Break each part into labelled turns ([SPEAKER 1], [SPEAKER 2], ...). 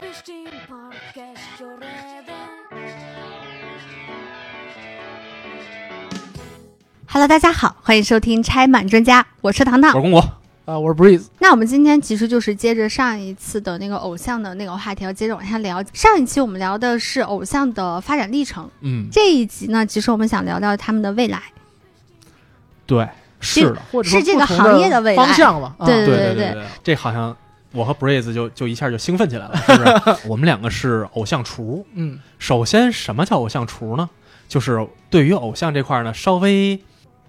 [SPEAKER 1] Bestim podcast horrede
[SPEAKER 2] Hello，大家好，欢迎收听拆满专家，我是糖
[SPEAKER 3] 我
[SPEAKER 2] 糖。
[SPEAKER 3] 公我
[SPEAKER 4] 啊，我是 Breeze，
[SPEAKER 2] 那我们今天其实就是接着上一次的那个偶像的那个话题，要接着往下聊。上一期我们聊的是偶像的发展历程，
[SPEAKER 3] 嗯，
[SPEAKER 2] 这一集呢，其实我们想聊聊他们的未来。
[SPEAKER 3] 对，是的，
[SPEAKER 4] 或者说
[SPEAKER 2] 是这个
[SPEAKER 4] 不同
[SPEAKER 2] 行业的未来
[SPEAKER 4] 方向吧？啊
[SPEAKER 2] 对
[SPEAKER 3] 对
[SPEAKER 2] 对
[SPEAKER 3] 对，这好像我和 Breeze 就就一下就兴奋起来了， 是不是？我们两个是偶像厨。
[SPEAKER 4] 嗯，
[SPEAKER 3] 首先，什么叫偶像厨呢？就是对于偶像这块呢，稍微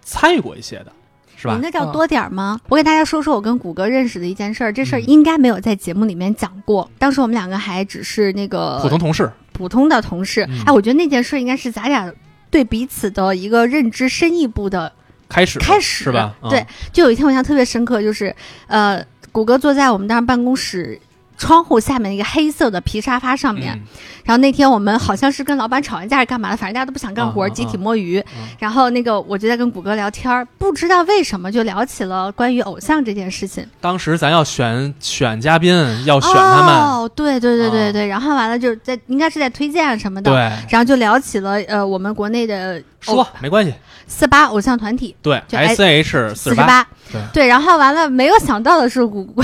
[SPEAKER 3] 参与过一些的，是吧
[SPEAKER 2] 你？那叫
[SPEAKER 4] 嗯
[SPEAKER 2] 多点儿吗？我给大家说说我跟谷歌认识的一件事儿，这事儿
[SPEAKER 3] 嗯
[SPEAKER 2] 应该没有在节目里面讲过。当时我们两个还只是那个
[SPEAKER 3] 普通同事，
[SPEAKER 2] 普通的同事。
[SPEAKER 3] 嗯
[SPEAKER 2] 哎，我觉得那件事儿应该是咱俩对彼此的一个认知深一步的
[SPEAKER 3] 开始
[SPEAKER 2] 开始
[SPEAKER 3] 是吧？嗯
[SPEAKER 2] 对，，就有一天我印象特别深刻，就是呃，谷歌坐在我们当时办公室。窗户下面一个黑色的皮沙发上面，
[SPEAKER 3] 嗯
[SPEAKER 2] 然后那天我们好像是跟老板吵完架还是干嘛的，反正大家都不想干活，
[SPEAKER 3] 啊啊啊
[SPEAKER 2] 集体摸鱼。
[SPEAKER 3] 嗯
[SPEAKER 2] 然后那个我就在跟谷歌聊天儿，不知道为什么就聊起了关于偶像这件事情。
[SPEAKER 3] 当时咱要选选嘉宾，要选他们，
[SPEAKER 2] 哦，对对对对
[SPEAKER 3] 啊
[SPEAKER 2] 对。然后完了就是在应该是在推荐什么的，
[SPEAKER 3] 对，
[SPEAKER 2] 然后就聊起了呃我们国内的
[SPEAKER 3] 说没关系，
[SPEAKER 2] 四八偶像团体，
[SPEAKER 3] 对
[SPEAKER 2] 哦就 S-
[SPEAKER 3] ，S H
[SPEAKER 2] 四
[SPEAKER 3] 十
[SPEAKER 2] 十，八，
[SPEAKER 3] 对
[SPEAKER 2] 然后完了，没有想到的是谷 歌，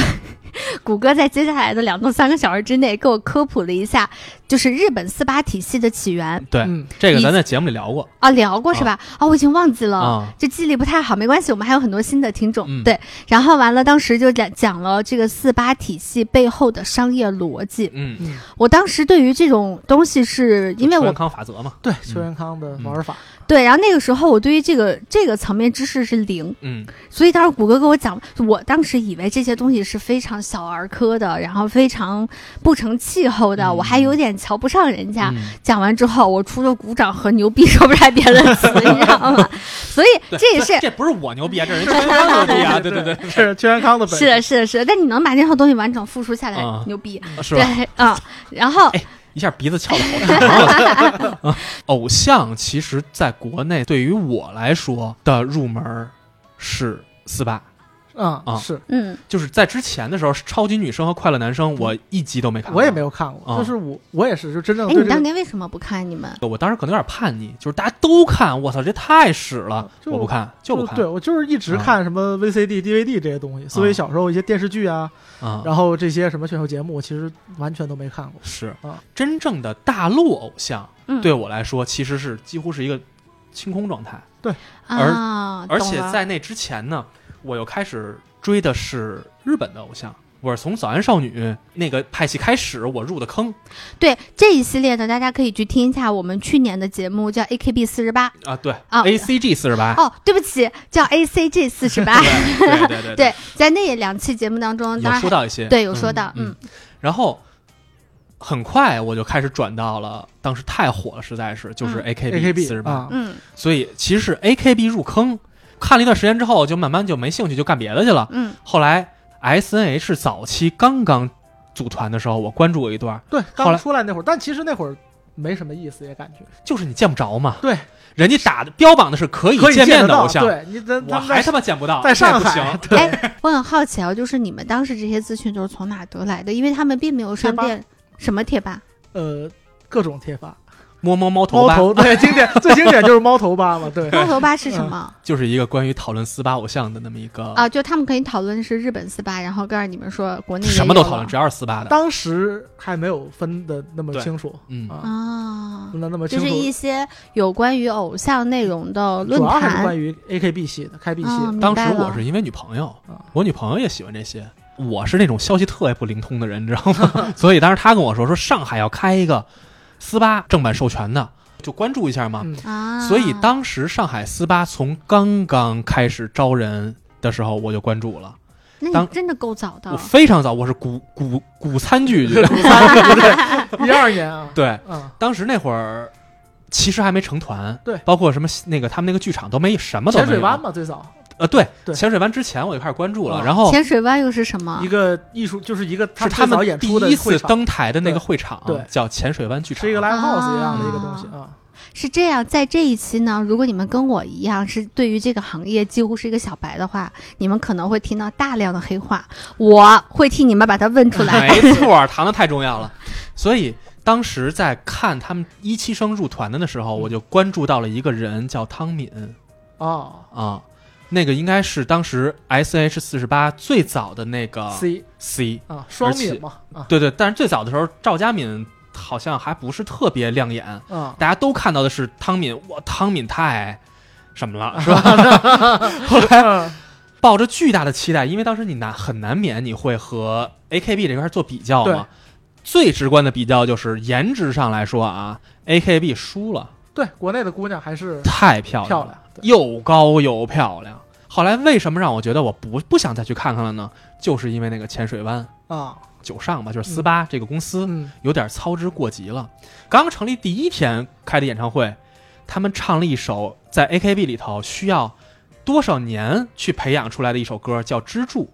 [SPEAKER 2] 谷歌在接下来的两到三个小时之内给我科普了一下，就是日本四八体系的起源
[SPEAKER 3] 对，
[SPEAKER 4] 嗯
[SPEAKER 3] 这个咱在节目里聊过
[SPEAKER 2] 啊，聊过是吧？啊、我已经忘记了。
[SPEAKER 3] 啊，
[SPEAKER 2] 这记忆力不太好，没关系，我们还有很多新的听众。
[SPEAKER 3] 嗯
[SPEAKER 2] 对，然后完了，当时就讲讲了这个四八体系背后的商业逻辑。
[SPEAKER 3] 嗯，
[SPEAKER 4] 嗯，
[SPEAKER 2] 我当时对于这种东西是，因为
[SPEAKER 3] 邱
[SPEAKER 2] 我
[SPEAKER 3] 元康法则嘛，
[SPEAKER 4] 对，邱元康
[SPEAKER 3] 嗯
[SPEAKER 4] 的 玩法，
[SPEAKER 2] 对，然后那个时候我对于这个这个层面知识是零，
[SPEAKER 3] 嗯，
[SPEAKER 2] 所以当时谷歌跟我讲，我当时以为这些东西是非常小儿科的，然后非常不成气候的，
[SPEAKER 3] 嗯
[SPEAKER 2] 我还有点瞧不上人家。
[SPEAKER 3] 嗯
[SPEAKER 2] 讲完之后，我除了鼓掌和牛逼说不出来别的词，你知道吗？所以
[SPEAKER 3] 对
[SPEAKER 2] 这也 是
[SPEAKER 3] 这不是我牛逼啊，这是人家牛逼啊，对对对，
[SPEAKER 4] 是邱元康的本
[SPEAKER 2] 是的，是的，是的。但你能把这套东西完整复述下来，
[SPEAKER 3] 啊
[SPEAKER 2] 牛逼。
[SPEAKER 3] 是
[SPEAKER 2] 对
[SPEAKER 3] 吧？，
[SPEAKER 2] 嗯，然后
[SPEAKER 3] 哎一下鼻子翘的好长啊偶像其实在国内对于我来说的入门儿是四八，
[SPEAKER 4] 啊
[SPEAKER 3] 啊
[SPEAKER 4] 是
[SPEAKER 2] 嗯，
[SPEAKER 3] 就是在之前的时候，超级女生和快乐男生我一集都没看过，
[SPEAKER 4] 我也没。有看过，
[SPEAKER 3] 啊
[SPEAKER 4] 就是我我也是就真正
[SPEAKER 2] 哎，
[SPEAKER 4] 对
[SPEAKER 2] 你
[SPEAKER 4] 这
[SPEAKER 2] 当
[SPEAKER 4] 个
[SPEAKER 2] 年为什么不看你们？
[SPEAKER 3] 我当时可能有点叛逆，就是大家都看，我操，这太屎了，
[SPEAKER 4] 嗯就
[SPEAKER 3] 我不看，就不看
[SPEAKER 4] 对我就是一
[SPEAKER 3] 啊
[SPEAKER 4] 直看什么 VCD、DVD 这些东西，所以小时候一些电视剧啊，
[SPEAKER 3] 啊。
[SPEAKER 4] 然后这些什么选秀节目，我其实完全都没看过。
[SPEAKER 3] 是
[SPEAKER 4] 啊
[SPEAKER 3] 真正的大陆偶像，
[SPEAKER 2] 嗯，
[SPEAKER 3] 对我来说其实是几乎是一个清空状态。而
[SPEAKER 2] 啊，
[SPEAKER 3] 而
[SPEAKER 2] 懂
[SPEAKER 3] 且
[SPEAKER 2] 了
[SPEAKER 3] 在那之前呢，我又开始追的是日本的偶像。我是从早安少女那个派系开始，我入的坑
[SPEAKER 2] 对这一系列的，大家可以去听一下我们去年的节目，叫 AKB 四十八。
[SPEAKER 3] 啊，对
[SPEAKER 2] 啊
[SPEAKER 3] ，A C G 四十八，
[SPEAKER 2] 哦，对不起，叫 A C G 四十八。
[SPEAKER 3] 对对对
[SPEAKER 2] 对，在那两期节目当中，当
[SPEAKER 3] 有
[SPEAKER 2] 然
[SPEAKER 3] 说
[SPEAKER 2] 还
[SPEAKER 3] 到一些，
[SPEAKER 2] 对有说
[SPEAKER 3] 嗯
[SPEAKER 2] 到，嗯
[SPEAKER 3] 嗯，然后很快我就开始转到了，当时太火了，实在是就是
[SPEAKER 2] 嗯
[SPEAKER 3] A K
[SPEAKER 4] AKB
[SPEAKER 3] 四十八，
[SPEAKER 4] 啊，
[SPEAKER 2] 嗯
[SPEAKER 3] 所以其实是 A K B 入坑，看了一段时间之后，就慢慢就没兴趣，就干别的去了。
[SPEAKER 2] 嗯
[SPEAKER 3] 后来 S N H 早期刚刚组团的时候，我关注过一段，
[SPEAKER 4] 对，
[SPEAKER 3] 后
[SPEAKER 4] 刚
[SPEAKER 3] 来
[SPEAKER 4] 出来那会儿，但其实那会儿没什么意思，也感觉
[SPEAKER 3] 就是你见不着嘛。
[SPEAKER 4] 对，
[SPEAKER 3] 人家打的标榜的是可以
[SPEAKER 4] 可以
[SPEAKER 3] 见面
[SPEAKER 4] 得
[SPEAKER 3] 的
[SPEAKER 4] 到
[SPEAKER 3] 偶像，
[SPEAKER 4] 对你咱
[SPEAKER 3] 我
[SPEAKER 4] 他们
[SPEAKER 3] 还
[SPEAKER 4] 在
[SPEAKER 3] 他妈见不到，
[SPEAKER 4] 在上
[SPEAKER 3] 这也
[SPEAKER 4] 海
[SPEAKER 3] 不，行。
[SPEAKER 4] 对
[SPEAKER 2] 我很好奇啊，就是你们当时这些资讯都是从哪得来的？因为他们并没有上
[SPEAKER 4] 贴吧
[SPEAKER 2] 店什么贴 吧，
[SPEAKER 4] 呃各种贴吧，
[SPEAKER 3] 摸摸猫头
[SPEAKER 4] 猫
[SPEAKER 3] 吧，
[SPEAKER 4] 头对 经典最经典就是猫头吧嘛，对，
[SPEAKER 2] 猫头吧是什么
[SPEAKER 3] 就是一个关于讨论四八偶像的那么一个
[SPEAKER 2] 啊？就他们可以讨论是日本四八，然后告诉你们说国内也
[SPEAKER 3] 什么都
[SPEAKER 2] 有啊
[SPEAKER 3] 讨论，
[SPEAKER 2] 了
[SPEAKER 3] 只要是四八的。
[SPEAKER 4] 当时还没有分的那么清楚，
[SPEAKER 3] 嗯，
[SPEAKER 4] 啊，
[SPEAKER 2] 啊，
[SPEAKER 4] 分的那么清
[SPEAKER 2] 就
[SPEAKER 4] 楚，
[SPEAKER 2] 是一些有关于偶像内容的论
[SPEAKER 4] 主要还是
[SPEAKER 2] 坛。
[SPEAKER 4] 关于 AKB 系的开辟系
[SPEAKER 2] 啊
[SPEAKER 4] 的，
[SPEAKER 2] 明
[SPEAKER 3] 当
[SPEAKER 2] 白
[SPEAKER 3] 时我
[SPEAKER 2] 了
[SPEAKER 3] 是因为女朋友
[SPEAKER 4] 啊，
[SPEAKER 3] 我女朋友也喜欢这些。我是那种消息特别不灵通的人，你知道吗？ 所以当时她跟我说，说上海要开一个四八正版授权的，就关注一下嘛。
[SPEAKER 4] 嗯
[SPEAKER 2] 啊，
[SPEAKER 3] 所以当时上海四八从刚刚开始招人的时候，我就关注了。
[SPEAKER 2] 那你
[SPEAKER 3] 当
[SPEAKER 2] 真的够早的
[SPEAKER 4] 啊
[SPEAKER 3] 我，非常早，我是古古古餐 剧剧。
[SPEAKER 4] 一二年啊，
[SPEAKER 3] 对，
[SPEAKER 4] 啊，
[SPEAKER 3] 当时那会儿其实还没成团，
[SPEAKER 4] 对
[SPEAKER 3] 包括什么那个他们那个剧场都没什么都
[SPEAKER 4] 浅
[SPEAKER 3] 没
[SPEAKER 4] 水湾
[SPEAKER 3] 有。
[SPEAKER 4] 嘛，最早
[SPEAKER 3] 呃，对，
[SPEAKER 4] 对
[SPEAKER 3] 浅水湾之前我就开始关注了，
[SPEAKER 4] 啊
[SPEAKER 3] 然后
[SPEAKER 2] 潜水湾又是什么
[SPEAKER 4] 一？个艺术就是一个
[SPEAKER 3] 是
[SPEAKER 4] 他
[SPEAKER 3] 他
[SPEAKER 4] 们最早
[SPEAKER 3] 们
[SPEAKER 4] 演
[SPEAKER 3] 第
[SPEAKER 4] 出的
[SPEAKER 3] 一
[SPEAKER 4] 会
[SPEAKER 3] 次
[SPEAKER 4] 场
[SPEAKER 3] 登台的那个会场，
[SPEAKER 4] 对
[SPEAKER 3] 叫浅水湾剧场，
[SPEAKER 4] 是一个 live house 一样的一个
[SPEAKER 2] 啊
[SPEAKER 4] 东西啊，
[SPEAKER 2] 是这样，在这一期呢，如果你们跟我一样是对于这个行业几乎是一个小白的话，你们可能会听到大量的黑话，我会替你们把它问出来。
[SPEAKER 3] 哎没错，糖糖太重要了。所以当时在看他们一期生入团的那时
[SPEAKER 4] 嗯
[SPEAKER 3] 候，我就关注到了一个人叫汤敏
[SPEAKER 4] 哦
[SPEAKER 3] 啊，那个应该是当时 S H 四十八最早的那个
[SPEAKER 4] ，C
[SPEAKER 3] C，
[SPEAKER 4] 啊，双
[SPEAKER 3] 而且
[SPEAKER 4] 敏嘛啊
[SPEAKER 3] 对对，但是最早的时候赵佳敏好像还不是特别亮眼，
[SPEAKER 4] 啊，
[SPEAKER 3] 大家都看到的是汤敏，哇，汤敏太什么 了，是吧？后来
[SPEAKER 4] 嗯
[SPEAKER 3] 抱着巨大的期待，因为当时你难很难免你会和 AKB 这块做比较
[SPEAKER 4] 对
[SPEAKER 3] 嘛。最直观的比较就是颜值上来说啊，AKB 输了，
[SPEAKER 4] 对，国内的姑娘还是
[SPEAKER 3] 太漂亮
[SPEAKER 4] 漂
[SPEAKER 3] 了，
[SPEAKER 4] 亮，对
[SPEAKER 3] 又高又漂亮。后来为什么让我觉得我不不想再去看看了呢？就是因为那个浅水湾
[SPEAKER 4] 啊，
[SPEAKER 3] 九上吧，就是斯巴、这个公司
[SPEAKER 4] 嗯
[SPEAKER 3] 有点操之过急了。刚成立第一天开的演唱会，他们唱了一首在 AKB 里头需要多少年去培养出来的一首歌，叫《支柱》。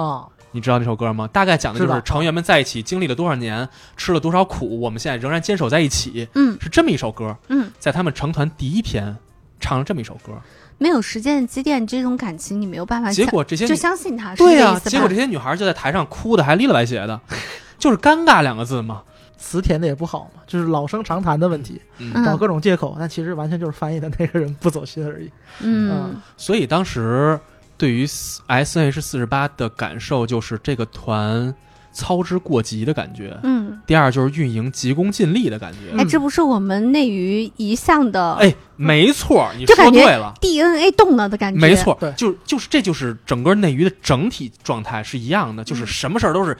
[SPEAKER 4] 啊，
[SPEAKER 3] 你知道那首歌吗？大概讲的就
[SPEAKER 4] 知
[SPEAKER 3] 是
[SPEAKER 4] 道
[SPEAKER 3] 成员们在一起经历了多少年，吃了多少苦，我们现在仍然坚守在一起，
[SPEAKER 2] 嗯
[SPEAKER 3] 是这么一首歌。
[SPEAKER 2] 嗯，
[SPEAKER 3] 在他们成团第一天唱了这么一首歌，
[SPEAKER 2] 没有实践积淀，这种感情你没有办法
[SPEAKER 3] 结
[SPEAKER 2] 相
[SPEAKER 3] 果这些
[SPEAKER 2] 啊就
[SPEAKER 3] 女
[SPEAKER 2] 相信他，是
[SPEAKER 3] 对
[SPEAKER 2] 这
[SPEAKER 3] 呀、
[SPEAKER 2] 意思吧
[SPEAKER 3] 结果这些女孩就在台上哭的还咧了歪斜的， 就是尴尬两个字嘛。
[SPEAKER 4] 词填的也不好嘛，就是老生常谈的问题，
[SPEAKER 3] 嗯，
[SPEAKER 2] 嗯
[SPEAKER 4] 找各种借口，但其实完全就是翻译的那个人不走心而已。
[SPEAKER 2] 嗯
[SPEAKER 3] 所以当时对于 S H 四十八的感受就是这个团操之过急的感觉，
[SPEAKER 2] 嗯，
[SPEAKER 3] 第二就是运营急功近利的感觉。
[SPEAKER 2] 哎，这不是我们内娱一向的
[SPEAKER 3] 哎，没错，你
[SPEAKER 2] 就
[SPEAKER 3] 说
[SPEAKER 2] 感觉
[SPEAKER 3] 对了。
[SPEAKER 2] DNA 动了的感觉，
[SPEAKER 3] 没，错，
[SPEAKER 4] 对
[SPEAKER 3] 就就是这就是整个内娱的整体状态是一样的，就是什么事儿都是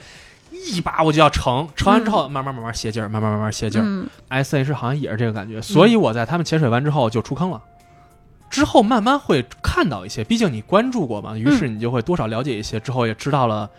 [SPEAKER 3] 一把我就要成，成完之后慢慢慢慢歇劲儿，慢慢慢慢歇劲儿。
[SPEAKER 2] 嗯
[SPEAKER 3] S H 好像也是这个感觉，所以我在他们潜水完之后就出坑了。之后慢慢会看到一些，毕竟你关注过嘛，于是你就会多少了解一些。之后也知道了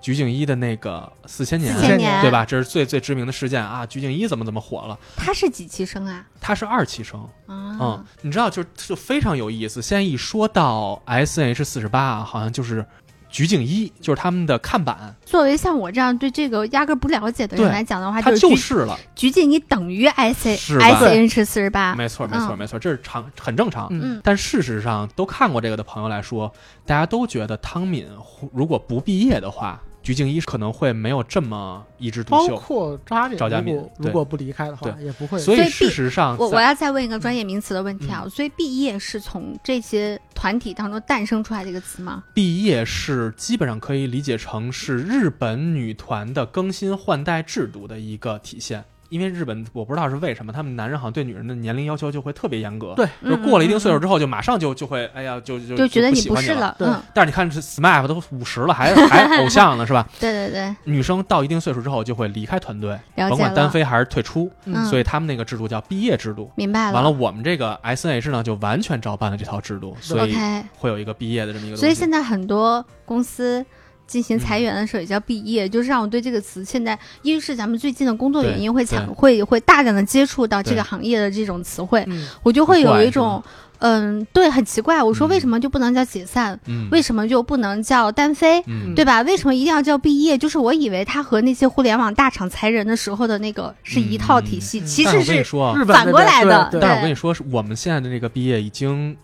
[SPEAKER 3] 鞠婧祎的那个四千年，
[SPEAKER 2] 四
[SPEAKER 4] 千
[SPEAKER 2] 年
[SPEAKER 3] 对吧？这是最最知名的事件啊！鞠婧祎怎么怎么火了？
[SPEAKER 2] 他是几期生啊？
[SPEAKER 3] 她是二期生，嗯
[SPEAKER 2] 啊，，
[SPEAKER 3] 你知道，就是就非常有意思。现在一说到 S N H 四十八啊，好像就是鞠婧祎，就是他们的看板，
[SPEAKER 2] 作为像我这样对这个压根儿不了解的人
[SPEAKER 3] 对
[SPEAKER 2] 来讲的话，
[SPEAKER 3] 她
[SPEAKER 2] 就
[SPEAKER 3] 就是是了，
[SPEAKER 2] 鞠婧祎等于 I C
[SPEAKER 3] 是
[SPEAKER 2] I
[SPEAKER 3] 吧
[SPEAKER 2] C H 四十八，
[SPEAKER 3] 没错，没错，
[SPEAKER 2] 嗯
[SPEAKER 3] 没错，这是常很正常。
[SPEAKER 2] 嗯
[SPEAKER 3] 但事实上，都看过这个的朋友来说，大家都觉得汤敏如果不毕业的话，鞠婧祎可能会没有这么一枝独
[SPEAKER 4] 包
[SPEAKER 3] 秀。
[SPEAKER 4] 括扎敏，
[SPEAKER 3] 赵佳敏
[SPEAKER 4] 如果
[SPEAKER 3] 对
[SPEAKER 4] 如果不离开的话，
[SPEAKER 3] 对
[SPEAKER 4] 也不会。
[SPEAKER 2] 所
[SPEAKER 3] 所以
[SPEAKER 2] 以
[SPEAKER 3] 事
[SPEAKER 2] 毕
[SPEAKER 3] 实上，
[SPEAKER 2] 我我
[SPEAKER 3] 在
[SPEAKER 2] 要再问一个专业名词的问题啊，
[SPEAKER 3] 嗯
[SPEAKER 2] 所以毕业是从这些团体当中诞生出来的一个词吗？
[SPEAKER 3] 毕业是基本上可以理解成是日本女团的更新换代制度的一个体现。因为日本我不知道是为什么，他们男人好像对女人的年龄要求就会特别严格，
[SPEAKER 4] 对，
[SPEAKER 3] 就过了一定岁数
[SPEAKER 2] 嗯，
[SPEAKER 3] 之后就马上就就会哎呀就就
[SPEAKER 2] 嗯嗯就觉得
[SPEAKER 3] 不
[SPEAKER 2] 你
[SPEAKER 3] 喜欢
[SPEAKER 2] 是
[SPEAKER 3] 你了。
[SPEAKER 2] 了，
[SPEAKER 4] 对
[SPEAKER 2] 嗯，
[SPEAKER 3] 但是你看这 SMAP 都五十了，还还偶像呢是吧？
[SPEAKER 2] 对对对，
[SPEAKER 3] 女生到一定岁数之后就会离开团队，
[SPEAKER 2] 了
[SPEAKER 3] 甭
[SPEAKER 2] 解
[SPEAKER 3] 管单
[SPEAKER 2] 了，
[SPEAKER 3] 飞还是退出，
[SPEAKER 2] 嗯，
[SPEAKER 3] 所以他们那个制度叫毕业制度。
[SPEAKER 2] 明白
[SPEAKER 3] 完了，我们这个 S N H 呢就完全照搬了这套制度，所以
[SPEAKER 2] OK，
[SPEAKER 3] 会有一个毕业的这么一个东西。
[SPEAKER 2] 所以现在很多公司进行裁员的时候也叫毕业，就是让我对这个词现在，一是咱们最近的工作原因会
[SPEAKER 3] 对
[SPEAKER 2] 产
[SPEAKER 3] 对
[SPEAKER 2] 会会大量的接触到这
[SPEAKER 3] 对
[SPEAKER 2] 个行业的这种词汇，
[SPEAKER 4] 嗯，
[SPEAKER 2] 我就会
[SPEAKER 3] 很
[SPEAKER 2] 有
[SPEAKER 3] 怪
[SPEAKER 2] 一种，嗯，对，很奇怪，我说
[SPEAKER 3] 嗯
[SPEAKER 2] 为什么就不能叫解散？
[SPEAKER 3] 嗯，
[SPEAKER 2] 为什么就不能叫单飞？
[SPEAKER 3] 嗯
[SPEAKER 2] 对吧？为什么一定要叫毕业？就是我以为它和那些互联网大厂裁人的时候的那个是一套体系，
[SPEAKER 4] 嗯
[SPEAKER 2] 其
[SPEAKER 3] 但
[SPEAKER 2] 实
[SPEAKER 3] 是我跟你
[SPEAKER 2] 是
[SPEAKER 3] 说啊，
[SPEAKER 4] 日本
[SPEAKER 2] 反过
[SPEAKER 4] 那
[SPEAKER 2] 来
[SPEAKER 4] 边
[SPEAKER 2] 的
[SPEAKER 4] 对
[SPEAKER 3] 但
[SPEAKER 4] 对
[SPEAKER 3] 是我跟你说，是我们现在的这个毕业已经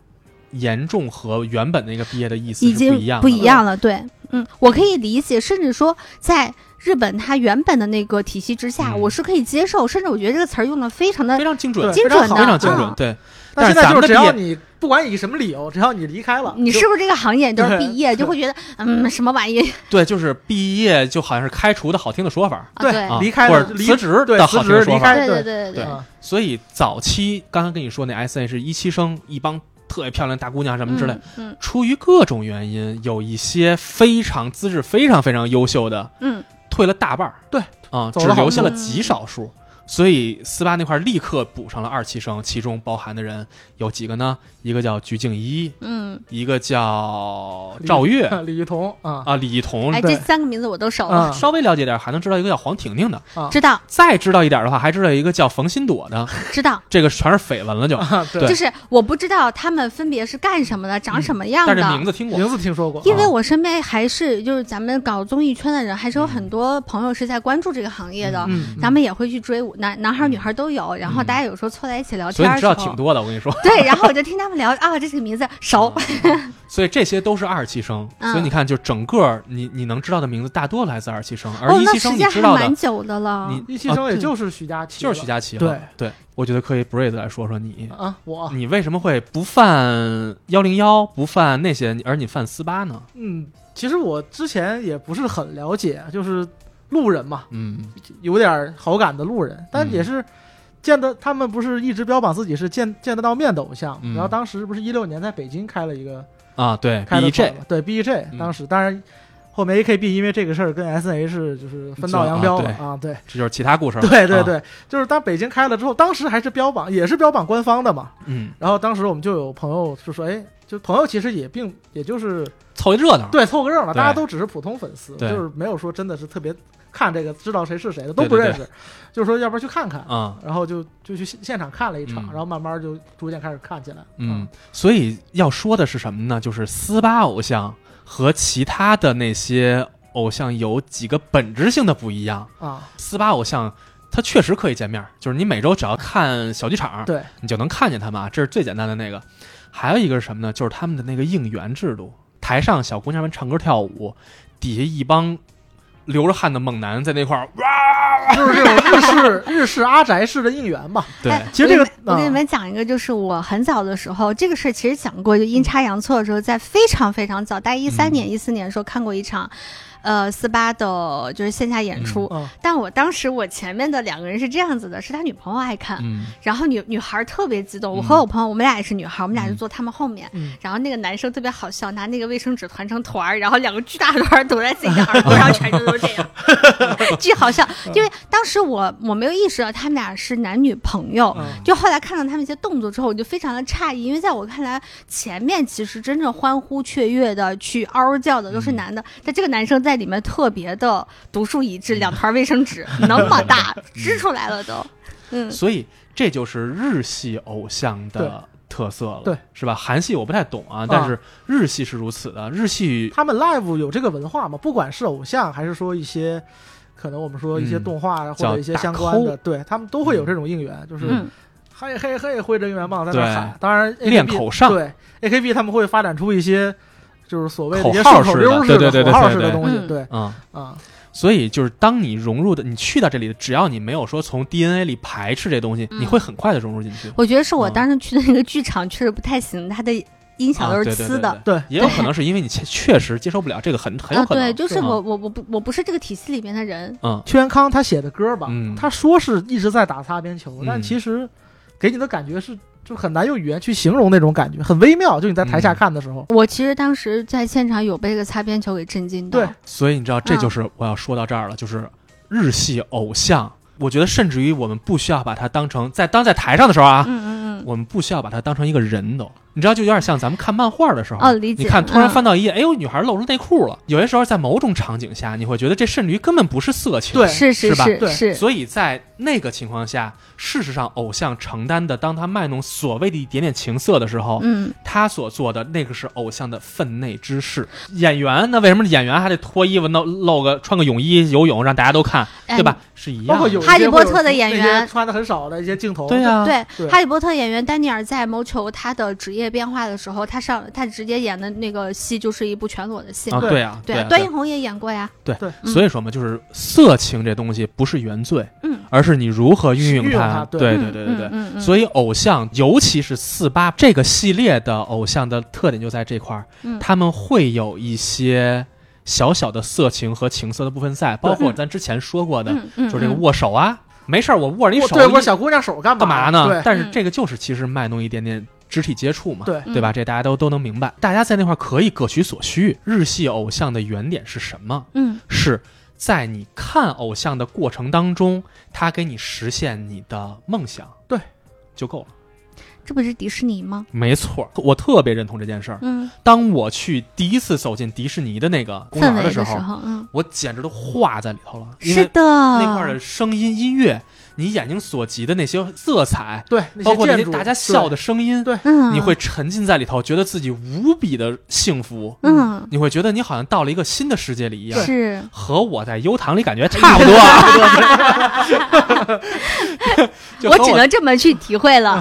[SPEAKER 3] 严重和原本那个毕业的意思
[SPEAKER 2] 已
[SPEAKER 3] 是
[SPEAKER 2] 经
[SPEAKER 3] 不一样的
[SPEAKER 2] 不一样了。对，嗯，我可以理解，甚至说在日本它原本的那个体系之下，
[SPEAKER 3] 嗯
[SPEAKER 2] 我是可以接受，甚至我觉得这个词儿用的非常的
[SPEAKER 3] 非常精准，
[SPEAKER 4] 对
[SPEAKER 2] 精准的，
[SPEAKER 4] 常
[SPEAKER 3] 非常精准
[SPEAKER 2] 嗯。
[SPEAKER 3] 对，
[SPEAKER 4] 但
[SPEAKER 3] 但是
[SPEAKER 4] 现在
[SPEAKER 3] 咱
[SPEAKER 4] 就
[SPEAKER 3] 们的
[SPEAKER 4] 是只
[SPEAKER 3] 毕
[SPEAKER 4] 要
[SPEAKER 3] 业，
[SPEAKER 4] 你不管以什么理由，只要你离开了，
[SPEAKER 2] 你
[SPEAKER 4] 就是
[SPEAKER 2] 不是这个行业你就是
[SPEAKER 4] 对
[SPEAKER 2] 毕业就会觉得嗯什么玩意
[SPEAKER 3] 对，就是毕业就好像是开除的好听的说法，
[SPEAKER 2] 啊？对
[SPEAKER 3] 啊
[SPEAKER 4] 离开
[SPEAKER 3] 或
[SPEAKER 4] 了
[SPEAKER 3] 者
[SPEAKER 4] 离
[SPEAKER 3] 辞职
[SPEAKER 4] 对
[SPEAKER 3] 的
[SPEAKER 4] 辞
[SPEAKER 3] 好听的
[SPEAKER 4] 职
[SPEAKER 3] 说
[SPEAKER 4] 离
[SPEAKER 3] 法。
[SPEAKER 4] 开
[SPEAKER 2] 对
[SPEAKER 4] 对
[SPEAKER 2] 对对
[SPEAKER 3] 对
[SPEAKER 4] 啊
[SPEAKER 3] 所以早期刚刚跟你说那 S H 一期生一帮特别漂亮大姑娘什么之类，，
[SPEAKER 2] 嗯
[SPEAKER 3] 出于各种原因，有一些非常资质非常非常优秀的
[SPEAKER 2] 嗯
[SPEAKER 3] 退了大半儿，
[SPEAKER 4] 对
[SPEAKER 3] 啊、
[SPEAKER 4] 走
[SPEAKER 3] 只
[SPEAKER 4] 了嗯好
[SPEAKER 3] 留下
[SPEAKER 2] 多
[SPEAKER 3] 了极少数。所以四八那块儿立刻补上了二期生，其中包含的人有几个呢？一个叫鞠婧祎，
[SPEAKER 2] 嗯
[SPEAKER 3] 一个叫
[SPEAKER 4] 李
[SPEAKER 3] 赵月
[SPEAKER 4] 李雨桐啊
[SPEAKER 3] 啊，李
[SPEAKER 2] 嗯，
[SPEAKER 3] 一桐
[SPEAKER 2] 哎，。这三个名字我都熟了，
[SPEAKER 4] 啊
[SPEAKER 3] 稍微了解点儿，还能知道一个叫黄婷婷的。
[SPEAKER 2] 知道
[SPEAKER 3] 再知道一点儿的话，还知道一个叫冯新朵的。
[SPEAKER 2] 知道。
[SPEAKER 3] 这个全是绯闻了
[SPEAKER 2] 哦
[SPEAKER 3] 就，
[SPEAKER 4] 啊，对
[SPEAKER 2] 就，是我不知道他们分别是干什么的，长什么样
[SPEAKER 3] 嗯但
[SPEAKER 2] 的。
[SPEAKER 3] 是名字听过。
[SPEAKER 4] 名字听说过，
[SPEAKER 2] 因为
[SPEAKER 3] 啊
[SPEAKER 2] 我身边还是就是咱们搞综艺圈的人，还是有很多朋友是在关注这个行业的，
[SPEAKER 3] 嗯
[SPEAKER 2] 咱们也会去追。我男男孩儿女孩儿都有，然后
[SPEAKER 3] 嗯
[SPEAKER 2] 大家有时候凑在一起聊天
[SPEAKER 3] 所以
[SPEAKER 2] 儿的
[SPEAKER 3] 你知
[SPEAKER 2] 时候，
[SPEAKER 3] 道挺多的，我跟你说。
[SPEAKER 2] 对，然后我就听他们聊啊，这个名字熟，
[SPEAKER 3] 嗯所以这些都是二期生，
[SPEAKER 2] 嗯
[SPEAKER 3] 所以你看，就整个你你能知道的名字大多来自二期生，而
[SPEAKER 2] 哦，
[SPEAKER 3] 一
[SPEAKER 2] 那
[SPEAKER 3] 期
[SPEAKER 2] 时
[SPEAKER 3] 生你
[SPEAKER 2] 间
[SPEAKER 3] 知
[SPEAKER 2] 还
[SPEAKER 3] 道的
[SPEAKER 2] 蛮久的了。
[SPEAKER 3] 你
[SPEAKER 4] 一期生
[SPEAKER 3] 啊
[SPEAKER 2] 哦
[SPEAKER 4] 也
[SPEAKER 3] 对
[SPEAKER 4] 就是徐佳琪了，
[SPEAKER 3] 就是徐佳琪
[SPEAKER 4] 对
[SPEAKER 3] 了。对，我觉得可以 Breeze 来说说你，
[SPEAKER 4] 啊，我
[SPEAKER 3] 你为什么会不犯幺零幺，不犯那些，而你犯四八呢？
[SPEAKER 4] 嗯，其实我之前也不是很了解，就是路人嘛，
[SPEAKER 3] 嗯
[SPEAKER 4] 有点好感的路人，但
[SPEAKER 3] 嗯
[SPEAKER 4] 也是见得他们不是一直标榜自己是见见得到面的偶像，
[SPEAKER 3] 嗯
[SPEAKER 4] 然后当时不是一六年在北京开了一个
[SPEAKER 3] 啊，对
[SPEAKER 4] 开了
[SPEAKER 3] ，BJ
[SPEAKER 4] 团嘛对 BEG，
[SPEAKER 3] 嗯
[SPEAKER 4] 当时当然后面 AKB 因为这个事儿跟 SNH 就是分道扬镳了啊，对
[SPEAKER 3] 这就是其他故事了。
[SPEAKER 4] 对对
[SPEAKER 3] 啊，
[SPEAKER 4] 对，就是当北京开了之后，当时还是标榜也是标榜官方的嘛，
[SPEAKER 3] 嗯，
[SPEAKER 4] 然后当时我们就有朋友就说，哎，就朋友其实也并也就是
[SPEAKER 3] 凑一热闹。
[SPEAKER 4] 对，凑个热闹，
[SPEAKER 3] 啊对
[SPEAKER 4] 大家都只是普通粉丝，就
[SPEAKER 3] 对
[SPEAKER 4] 是没有说真的是特别看这个知道谁是谁的都
[SPEAKER 3] 对
[SPEAKER 4] 不
[SPEAKER 3] 对
[SPEAKER 4] 认识，就是说要不然去看看，
[SPEAKER 3] 啊，
[SPEAKER 4] 然后就就去现现场看了一场，
[SPEAKER 3] 嗯
[SPEAKER 4] 然后慢慢就逐渐开始看起来，
[SPEAKER 3] 嗯，，所以要说的是什么呢？就是四八偶像和其他的那些偶像有几个本质性的不一样。
[SPEAKER 4] 啊，
[SPEAKER 3] 四八偶像，他确实可以见面儿，就是你每周只要看小剧场，
[SPEAKER 4] 对，
[SPEAKER 3] 你就能看见他们啊，这是最简单的那个。还有一个是什么呢？就是他们的那个应援制度，台上小姑娘们唱歌跳舞，底下一帮流着汗的猛男在那块儿哇，
[SPEAKER 4] 就是这种日式日式阿宅式的应援吧，
[SPEAKER 3] 对，
[SPEAKER 2] 哎
[SPEAKER 4] 其实这个
[SPEAKER 2] 我给你们我给
[SPEAKER 4] 啊
[SPEAKER 2] 你们讲一个，就是我很早的时候，这个事儿其实讲过，就阴差阳错的时候，在非常非常早，大概一三
[SPEAKER 3] 嗯
[SPEAKER 2] 年、一四年的时候看过一场，呃，四八的就是线下演出。
[SPEAKER 4] 嗯
[SPEAKER 2] 但我当时我前面的两个人是这样子的，是他女朋友爱看，
[SPEAKER 3] 嗯
[SPEAKER 2] 然后女女孩儿特别激动，我和我朋友，我们俩也是女孩儿，我们俩就
[SPEAKER 3] 嗯
[SPEAKER 2] 坐他们后面。
[SPEAKER 4] 嗯
[SPEAKER 2] 然后那个男生特别好笑，拿那个卫生纸团成团儿，然后两个巨大的团儿躲在自己的耳朵，然后全程都这样， 巨好笑。
[SPEAKER 3] 嗯
[SPEAKER 2] 因为当时我我没有意识到他们俩是男女朋友，
[SPEAKER 4] 嗯
[SPEAKER 2] 就后来看到他们一些动作之后，我就非常的诧异，因为在我看来，前面其实真正欢呼雀跃的去嗷叫的都
[SPEAKER 3] 嗯
[SPEAKER 2] 是男的，但这个男生在里面特别的独树一帜，两团卫生纸那么大支出来了都，嗯
[SPEAKER 3] 所以这就是日系偶像的特色了，
[SPEAKER 4] 对，嗯
[SPEAKER 3] 是吧？韩系我不太懂啊，但是日系是如此的，日系
[SPEAKER 4] 他们 live 有这个文化嘛，不管是偶像还是说一些。可能我们说一些
[SPEAKER 3] 嗯
[SPEAKER 4] 动画啊或
[SPEAKER 3] 叫
[SPEAKER 4] 者一些
[SPEAKER 3] 打
[SPEAKER 4] 相关的，
[SPEAKER 3] call
[SPEAKER 4] 对他们都会有这种应援，就是
[SPEAKER 2] 嗯，
[SPEAKER 4] 嘿嘿嘿，挥着应援棒在那
[SPEAKER 3] 对
[SPEAKER 4] 儿喊。当然 AKB，
[SPEAKER 3] 练口上
[SPEAKER 4] 对 AKB 他们会发展出一些就是所谓的一些
[SPEAKER 3] 口号
[SPEAKER 4] 顺口
[SPEAKER 3] 式的
[SPEAKER 4] 溜
[SPEAKER 3] 对对对
[SPEAKER 4] 口
[SPEAKER 3] 对
[SPEAKER 4] 号
[SPEAKER 3] 对
[SPEAKER 4] 式的
[SPEAKER 3] 对
[SPEAKER 4] 东西。
[SPEAKER 2] 嗯
[SPEAKER 4] 对
[SPEAKER 3] 嗯，
[SPEAKER 4] 啊，
[SPEAKER 3] 所以就是当你融入的，你去到这里，只要你没有说从 DNA 里排斥这东西，
[SPEAKER 2] 嗯
[SPEAKER 3] 你会很快的融入进去。
[SPEAKER 2] 我觉得是我
[SPEAKER 3] 嗯
[SPEAKER 2] 当时去的那个剧场确实不太行，它的音响都
[SPEAKER 3] 啊
[SPEAKER 2] 是
[SPEAKER 3] 对对
[SPEAKER 2] 呲
[SPEAKER 3] 对
[SPEAKER 2] 的。
[SPEAKER 3] 对
[SPEAKER 4] 对，
[SPEAKER 3] 也有可能是因为你确确实接受不了这个很，很有
[SPEAKER 2] 啊，
[SPEAKER 3] 可能。
[SPEAKER 2] 对，就是
[SPEAKER 3] 嗯
[SPEAKER 2] 我我我不我不是这个体系里面的人，
[SPEAKER 3] 嗯，
[SPEAKER 4] 屈原康他写的歌吧
[SPEAKER 3] 嗯，
[SPEAKER 4] 他说是一直在打擦边球，
[SPEAKER 3] 嗯
[SPEAKER 4] 但其实给你的感觉是。就很难用语言去形容那种感觉，很微妙。就你在台下
[SPEAKER 3] 嗯
[SPEAKER 4] 看的时候，
[SPEAKER 2] 我其实当时在现场有被这个擦边球给震惊到。
[SPEAKER 4] 对
[SPEAKER 3] 所以你知道，这就是我要说到这儿了，就是日系偶像，我觉得甚至于我们不需要把它当成在当在台上的时候啊，
[SPEAKER 2] 嗯嗯嗯，
[SPEAKER 3] 我们不需要把它当成一个人都，你知道，就有点像咱们看漫画的时候，
[SPEAKER 2] 哦理解
[SPEAKER 3] 你看突然
[SPEAKER 2] 嗯
[SPEAKER 3] 翻到一页，哎呦，女孩露出内裤了。有些时候在某种场景下，你会觉得这甚至于根本不是色情，
[SPEAKER 4] 对
[SPEAKER 2] 是是
[SPEAKER 3] 是吧
[SPEAKER 2] 是
[SPEAKER 4] 对
[SPEAKER 2] 是，
[SPEAKER 3] 所以在那个情况下，事实上，偶像承担的，当他卖弄所谓的一点点情色的时候，
[SPEAKER 2] 嗯，
[SPEAKER 3] 他所做的那个是偶像的分内之事。演员，那为什么演员还得脱衣服露露个穿个泳衣游泳，让大家都看，
[SPEAKER 2] 哎
[SPEAKER 3] 对吧？？是一
[SPEAKER 4] 包
[SPEAKER 3] 样
[SPEAKER 4] 括
[SPEAKER 3] 的。
[SPEAKER 4] 有一些
[SPEAKER 2] 哈利波
[SPEAKER 4] 会有
[SPEAKER 2] 特的演员
[SPEAKER 4] 那些穿的很少的一些镜头，
[SPEAKER 3] 对啊呀、
[SPEAKER 2] 对，
[SPEAKER 4] 对
[SPEAKER 2] 哈利波特演员丹尼尔在谋求他的职业变化的时候，他上他直接演的那个戏就是一部全裸的戏。
[SPEAKER 3] 啊，
[SPEAKER 4] 对
[SPEAKER 3] 对啊，
[SPEAKER 2] 嗯对
[SPEAKER 3] 啊，
[SPEAKER 2] 段奕宏也演过呀。嗯
[SPEAKER 3] 所以说嘛，就是色情这东西不是原罪，
[SPEAKER 2] 嗯，
[SPEAKER 3] 而是你如何运
[SPEAKER 4] 运
[SPEAKER 3] 用
[SPEAKER 4] 用它
[SPEAKER 3] 它。
[SPEAKER 4] 对
[SPEAKER 3] 对
[SPEAKER 2] 嗯
[SPEAKER 3] 对对对对。
[SPEAKER 2] 嗯嗯，
[SPEAKER 3] 所以，偶像，尤其是四八这个系列的偶像的特点就在这块儿，
[SPEAKER 2] 嗯
[SPEAKER 3] 他们会有一些小小的色情和情色的部分在，包括
[SPEAKER 2] 嗯
[SPEAKER 3] 咱之前说过的，
[SPEAKER 2] 嗯嗯，
[SPEAKER 3] 就是这个
[SPEAKER 2] 嗯
[SPEAKER 3] 握手啊，没事儿我握着你
[SPEAKER 4] 我
[SPEAKER 3] 手，
[SPEAKER 4] 对
[SPEAKER 3] 你
[SPEAKER 4] 我小姑娘手干
[SPEAKER 3] 干嘛
[SPEAKER 2] 嗯
[SPEAKER 3] 呢？
[SPEAKER 4] 对
[SPEAKER 3] 但是这个就是其实卖弄一点点肢体接触嘛，
[SPEAKER 4] 对
[SPEAKER 2] 嗯
[SPEAKER 3] 对吧？这大家都都能明白，大家在那块儿可以各取所需。日系偶像的原点是什么？
[SPEAKER 2] 嗯
[SPEAKER 3] 是在你看偶像的过程当中，他给你实现你的梦想，
[SPEAKER 4] 对，
[SPEAKER 3] 就够了。
[SPEAKER 2] 这不是迪士尼吗？
[SPEAKER 3] 没错，我特别认同这件事儿。
[SPEAKER 2] 嗯，
[SPEAKER 3] 当我去第一次走进迪士尼的那个公
[SPEAKER 2] 氛围
[SPEAKER 3] 园的时
[SPEAKER 2] 时
[SPEAKER 3] 候，
[SPEAKER 2] 候，嗯，
[SPEAKER 3] 我简直都化在里头了，因
[SPEAKER 2] 是啊
[SPEAKER 3] 为
[SPEAKER 2] 的，
[SPEAKER 3] 那块儿的声音、音乐，你眼睛所及的那些色彩，
[SPEAKER 4] 对，那些
[SPEAKER 3] 包括那
[SPEAKER 4] 建
[SPEAKER 3] 些
[SPEAKER 4] 筑
[SPEAKER 3] 大家笑的声音，
[SPEAKER 4] 对
[SPEAKER 2] 嗯，
[SPEAKER 3] 你会沉浸在里头，觉得自己无比的幸福，
[SPEAKER 2] 嗯
[SPEAKER 3] 你会觉得你好像到了一个新的世界里一样。
[SPEAKER 2] 是
[SPEAKER 3] 和我在优唐 里感觉差不多， 就和
[SPEAKER 2] 我只能这么去体会 了。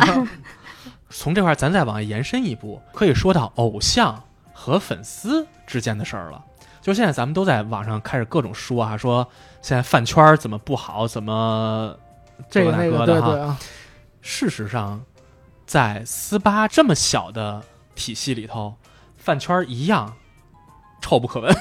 [SPEAKER 3] 从这块儿咱再往外延伸一步，可以说到偶像和粉丝之间的事儿了。就现在咱们都在网上开始各种说啊，说现在饭圈儿怎么不好，怎么
[SPEAKER 4] 这个
[SPEAKER 3] 大
[SPEAKER 4] 那
[SPEAKER 3] 哥的
[SPEAKER 4] 个，对
[SPEAKER 3] 哈。
[SPEAKER 4] 对啊，
[SPEAKER 3] 事实上，在斯巴这么小的体系里头，饭圈儿一样臭不可闻。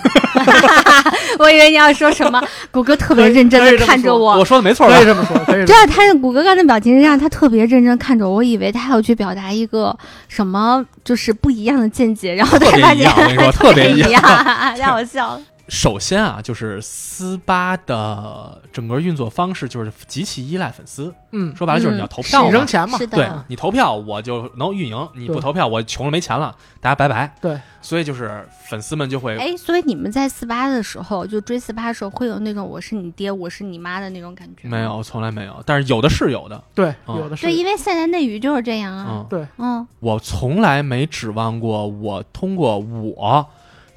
[SPEAKER 2] 我以为你要说什么，谷歌特别认真
[SPEAKER 3] 可以
[SPEAKER 2] 的
[SPEAKER 3] 这么
[SPEAKER 2] 看着
[SPEAKER 3] 说
[SPEAKER 2] 我
[SPEAKER 3] 我。说的没错吧
[SPEAKER 4] 可以？这么说，可以这
[SPEAKER 2] 对
[SPEAKER 4] 么
[SPEAKER 2] 啊，他用谷歌刚才表情是这样，他特别认真看着我，我以为他要去表达一个什么，就是不一样的见解，然后
[SPEAKER 3] 特
[SPEAKER 2] 才
[SPEAKER 3] 别
[SPEAKER 2] 发
[SPEAKER 3] 一
[SPEAKER 2] 现
[SPEAKER 3] 样我跟你说特别
[SPEAKER 2] 一
[SPEAKER 3] 一样
[SPEAKER 2] 让我笑了。
[SPEAKER 3] 首先啊，就是斯巴的整个运作方式就是极其依赖粉丝，
[SPEAKER 4] 嗯，
[SPEAKER 3] 说白了就是你要
[SPEAKER 2] 嗯
[SPEAKER 3] 投票
[SPEAKER 4] 你
[SPEAKER 3] 嘛。
[SPEAKER 4] 扔钱嘛
[SPEAKER 2] 是，
[SPEAKER 3] 对
[SPEAKER 2] 的，
[SPEAKER 3] 你投票，我就能运营；你不
[SPEAKER 4] 对
[SPEAKER 3] 投票，我穷了没钱了，大家拜拜。
[SPEAKER 4] 对，
[SPEAKER 3] 所以就是粉丝们就会
[SPEAKER 2] 哎，所以你们在四八的时候，就追四八的时候，会有那种我是你爹，我是你妈的那种感觉？
[SPEAKER 3] 没。有，从来没有，但是有的是有的。
[SPEAKER 4] 对，
[SPEAKER 3] 嗯
[SPEAKER 4] 有的是
[SPEAKER 2] 对，，因为现在内娱就是这样啊。
[SPEAKER 3] 嗯，
[SPEAKER 4] 对，
[SPEAKER 2] 嗯
[SPEAKER 3] 我从来没指望过我通过我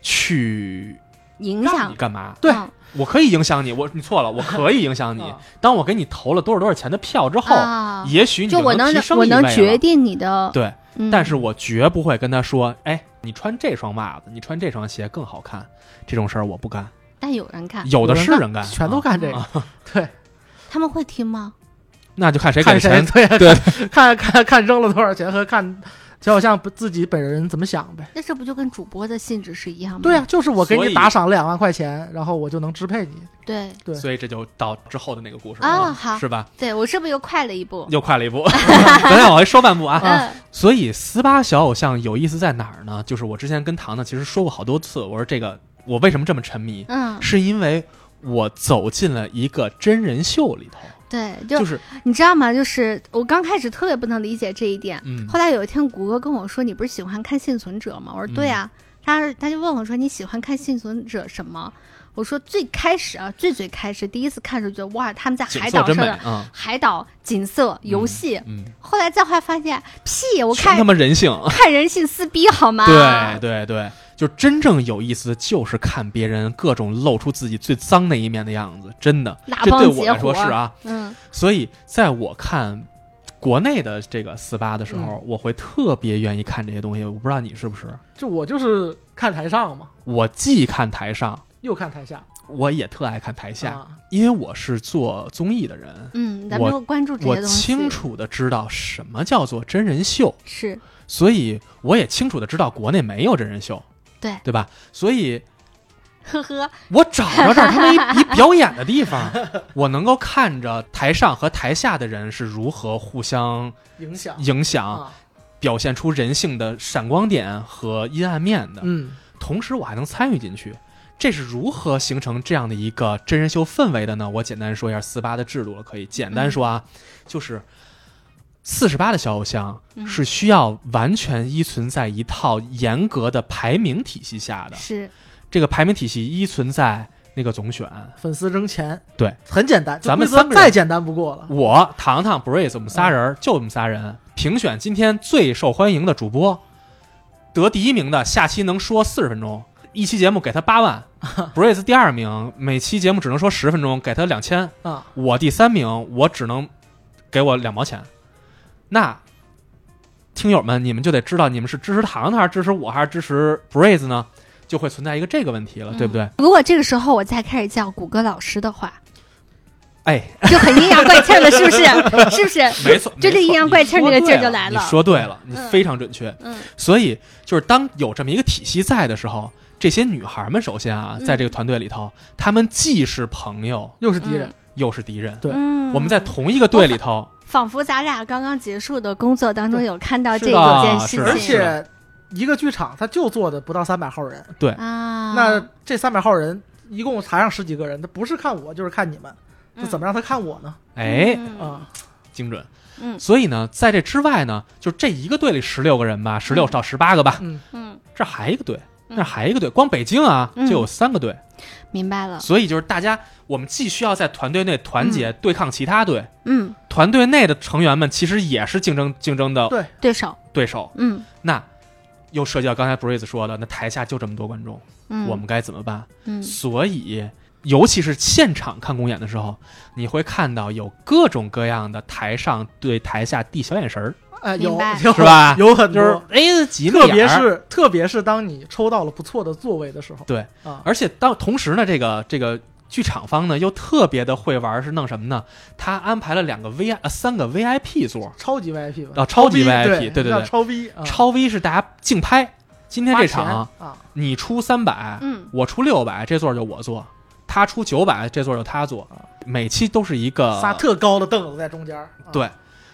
[SPEAKER 3] 去
[SPEAKER 2] 影
[SPEAKER 3] 让
[SPEAKER 2] 响
[SPEAKER 3] 你。干嘛。
[SPEAKER 4] 对
[SPEAKER 2] 嗯
[SPEAKER 3] 我可以影响你，我你错了，我可以影响你
[SPEAKER 4] 啊。
[SPEAKER 3] 当我给你投了多少多少钱的票之后，
[SPEAKER 2] 啊，
[SPEAKER 3] 也许你
[SPEAKER 2] 就我
[SPEAKER 3] 能提升
[SPEAKER 2] 我
[SPEAKER 3] 一位
[SPEAKER 2] 能
[SPEAKER 3] 了
[SPEAKER 2] 决定你的。
[SPEAKER 3] 对，
[SPEAKER 2] 嗯
[SPEAKER 3] 但是我绝不会跟他说，哎，你穿这双袜子，你穿这双鞋更好看，这种事儿我不干。
[SPEAKER 2] 但有人看，
[SPEAKER 3] 有的是
[SPEAKER 4] 有
[SPEAKER 3] 人干，
[SPEAKER 4] 全都
[SPEAKER 3] 啊
[SPEAKER 4] 干这个， 对，
[SPEAKER 2] 他们会听吗？
[SPEAKER 3] 那就看谁给
[SPEAKER 4] 看
[SPEAKER 3] 的
[SPEAKER 4] 谁
[SPEAKER 3] 钱。
[SPEAKER 4] 对
[SPEAKER 3] 对，
[SPEAKER 4] 看看看扔了多少钱和看小偶像自己本人怎么想呗。
[SPEAKER 2] 那这不就跟主播的性质是一样吗？
[SPEAKER 4] 对啊，就是我给
[SPEAKER 3] 所
[SPEAKER 4] 你
[SPEAKER 3] 以
[SPEAKER 4] 打赏两万块钱，然后我就能支配你。
[SPEAKER 2] 对
[SPEAKER 4] 对
[SPEAKER 3] 所以这就到之后的那个故事了，
[SPEAKER 2] 啊好
[SPEAKER 3] 是吧？
[SPEAKER 2] 对，我是不是又快了一步？
[SPEAKER 3] 又快了一 步，咱俩往回说半步啊。
[SPEAKER 2] 嗯
[SPEAKER 3] 所以斯巴小偶像有意思在哪儿呢？就是我之前跟糖糖其实说过好多次，我说这个我为什么这么沉迷，
[SPEAKER 2] 嗯，
[SPEAKER 3] 是因为我走进了一个真人秀里头，
[SPEAKER 2] 对，就
[SPEAKER 3] 就是
[SPEAKER 2] 你知道吗？就是我刚开始特别不能理解这一点，
[SPEAKER 3] 嗯
[SPEAKER 2] 后来有一天谷歌跟我说：“你不是喜欢看幸存者吗？”我说：“对啊。他他就问我说：“你喜欢看幸存者什么？”我说：“最开始啊，最最开始第一次看时候觉得哇，他们在
[SPEAKER 3] 景
[SPEAKER 2] 海
[SPEAKER 3] 色
[SPEAKER 2] 岛
[SPEAKER 3] 真
[SPEAKER 2] 上
[SPEAKER 3] 美
[SPEAKER 2] 的
[SPEAKER 3] 啊，
[SPEAKER 2] 海岛景色游戏。
[SPEAKER 3] 嗯，
[SPEAKER 2] 后来再后来发现，屁，我
[SPEAKER 3] 全
[SPEAKER 2] 看
[SPEAKER 3] 他妈人性，啊
[SPEAKER 2] 看人性撕逼好吗？
[SPEAKER 3] 对对对，就真正有意思的就是看别人各种露出自己最脏那一面的样子，真的
[SPEAKER 2] 拉，
[SPEAKER 3] 这
[SPEAKER 2] 帮
[SPEAKER 3] 对我
[SPEAKER 2] 结
[SPEAKER 3] 来说
[SPEAKER 2] 伙
[SPEAKER 3] 是啊。
[SPEAKER 2] 嗯
[SPEAKER 3] 所以在我看国内的这个四八的时
[SPEAKER 2] 嗯
[SPEAKER 3] 候，我会特别愿意看这些东西。我不知道你是不是，
[SPEAKER 4] 就我就是看台上嘛，
[SPEAKER 3] 我既看台
[SPEAKER 2] 嗯
[SPEAKER 3] 上，
[SPEAKER 4] 又看台下，
[SPEAKER 3] 我也特爱看台下，
[SPEAKER 4] 啊
[SPEAKER 3] 因为我是做综艺的人，
[SPEAKER 2] 嗯，咱
[SPEAKER 3] 我
[SPEAKER 2] 们要关注这
[SPEAKER 3] 我
[SPEAKER 2] 些东西。
[SPEAKER 3] 清楚的知道什么叫做真人秀。
[SPEAKER 2] 是
[SPEAKER 3] 所以我也清楚的知道国内没有真人秀，
[SPEAKER 2] 对
[SPEAKER 3] 对吧？所以
[SPEAKER 2] 呵呵，
[SPEAKER 3] 我找着这儿他们一 一表演的地方，我能够看着台上和台下的人是如何互相
[SPEAKER 4] 影响
[SPEAKER 3] 影响，
[SPEAKER 4] 啊，
[SPEAKER 3] 表现出人性的闪光点和阴暗面的，
[SPEAKER 4] 嗯，
[SPEAKER 3] 同时我还能参与进去。这是如何形成这样的一个真人秀氛围的呢？我简单说一下四八的制度了，可以简单说啊，就是四十八的小偶像
[SPEAKER 2] 嗯
[SPEAKER 3] 是需要完全依存在一套严格的排名体系下的，
[SPEAKER 2] 是
[SPEAKER 3] 这个排名体系依存在那个总选，
[SPEAKER 4] 粉丝扔钱，
[SPEAKER 3] 对，
[SPEAKER 4] 很简单，就
[SPEAKER 3] 咱们
[SPEAKER 4] 规则
[SPEAKER 3] 三个人
[SPEAKER 4] 再简单不过了。
[SPEAKER 3] 我糖糖、Brace，我们仨人儿就我们仨人评选今天最受欢迎的主播，得第一名的下期能说四十分钟，一期节目给他八万；Brace 第二名，每期节目只能说十分钟，给他两千；
[SPEAKER 4] 啊，
[SPEAKER 3] 我第三名，我只能给我两毛钱。那听友们，你们就得知道你们是支持糖糖，还是支持我，还是支持 Brace 呢？就会存在一个这个问题了，对不对？
[SPEAKER 2] 如果这个时候我再开始叫谷歌老师的话，
[SPEAKER 3] 哎，
[SPEAKER 2] 就很阴阳怪气儿了，是不 是？是不是？
[SPEAKER 3] 没错，
[SPEAKER 2] 这
[SPEAKER 3] 没
[SPEAKER 2] 个
[SPEAKER 3] 错
[SPEAKER 2] 阴阳怪气儿那个劲儿就来
[SPEAKER 3] 你
[SPEAKER 2] 了
[SPEAKER 3] 说对了，你说对了，
[SPEAKER 2] 嗯
[SPEAKER 3] 你非常准确。
[SPEAKER 2] 嗯
[SPEAKER 3] 所以就是当有这么一个体系在的时候，这些女孩们首先啊，
[SPEAKER 2] 嗯
[SPEAKER 3] 在这个团队里头，她们既是朋友
[SPEAKER 4] 又是敌人，
[SPEAKER 3] 又是敌人。
[SPEAKER 4] 对
[SPEAKER 2] 嗯
[SPEAKER 3] 我们在同一个队里头，
[SPEAKER 2] 仿佛咱俩刚刚结束的工作当中有看到这
[SPEAKER 3] 是
[SPEAKER 2] 一
[SPEAKER 3] 的
[SPEAKER 2] 件
[SPEAKER 3] 是的
[SPEAKER 2] 事
[SPEAKER 4] 而
[SPEAKER 2] 情
[SPEAKER 4] 且一个剧场他就坐的不到三百号人，
[SPEAKER 2] 啊，
[SPEAKER 4] 那这三百号人一共台上十几个人，他不是看我就是看你们，那
[SPEAKER 2] 嗯
[SPEAKER 4] 怎么让他看我呢？
[SPEAKER 3] 哎，
[SPEAKER 2] 嗯
[SPEAKER 4] 啊，
[SPEAKER 3] 精准。
[SPEAKER 2] 嗯
[SPEAKER 3] 所以呢，在这之外呢，就这一个队里十六个人吧，十六到十八个吧，
[SPEAKER 4] 嗯，
[SPEAKER 2] 嗯，
[SPEAKER 3] 这还一个队，
[SPEAKER 2] 嗯
[SPEAKER 3] 那还一个队，光北京啊
[SPEAKER 2] 嗯
[SPEAKER 3] 就有三个队，
[SPEAKER 2] 明白了，
[SPEAKER 3] 所以就是大家我们既需要在团队内团结对抗其他队，
[SPEAKER 2] 嗯，
[SPEAKER 3] 团队内的成员们其实也是竞争竞争的
[SPEAKER 4] 对
[SPEAKER 2] 对手，
[SPEAKER 3] 对手，
[SPEAKER 2] 嗯
[SPEAKER 3] 那。又涉及到刚才 Breeze 说的，那台下就这么多观众，
[SPEAKER 2] 嗯，
[SPEAKER 3] 我们该怎么办？
[SPEAKER 2] 嗯
[SPEAKER 3] 所以，尤其是现场看公演的时候，你会看到有各种各样的台上对台下递小眼神 儿，
[SPEAKER 4] 哎，
[SPEAKER 2] 呃
[SPEAKER 4] 有
[SPEAKER 2] 明白
[SPEAKER 4] 有
[SPEAKER 3] 是吧
[SPEAKER 4] 有很
[SPEAKER 3] 就
[SPEAKER 4] 多，
[SPEAKER 3] 是哎，急了
[SPEAKER 4] 特别
[SPEAKER 3] 眼儿。
[SPEAKER 4] 是特别是当你抽到了不错的座位的时候，
[SPEAKER 3] 对
[SPEAKER 4] 啊，
[SPEAKER 3] 而且当同时呢，这个这个剧场方呢又特别的会玩儿，是弄什么呢？他安排了两个 V I 呃三个 VIP 座
[SPEAKER 4] 超级 VIP 吧，
[SPEAKER 3] 啊，超级
[SPEAKER 4] V，
[SPEAKER 3] VIP，对对
[SPEAKER 4] 叫
[SPEAKER 3] 对，
[SPEAKER 4] 超 V，啊
[SPEAKER 3] 超 V 是大家竞拍，今天这
[SPEAKER 4] 花
[SPEAKER 3] 场
[SPEAKER 4] 钱啊，
[SPEAKER 3] 你出三百，
[SPEAKER 2] 嗯
[SPEAKER 3] 我出六百，这座就我坐；他出九百，这座就他坐。每期都是一个
[SPEAKER 4] 仨特高的凳子在中间儿，啊
[SPEAKER 3] 呃对，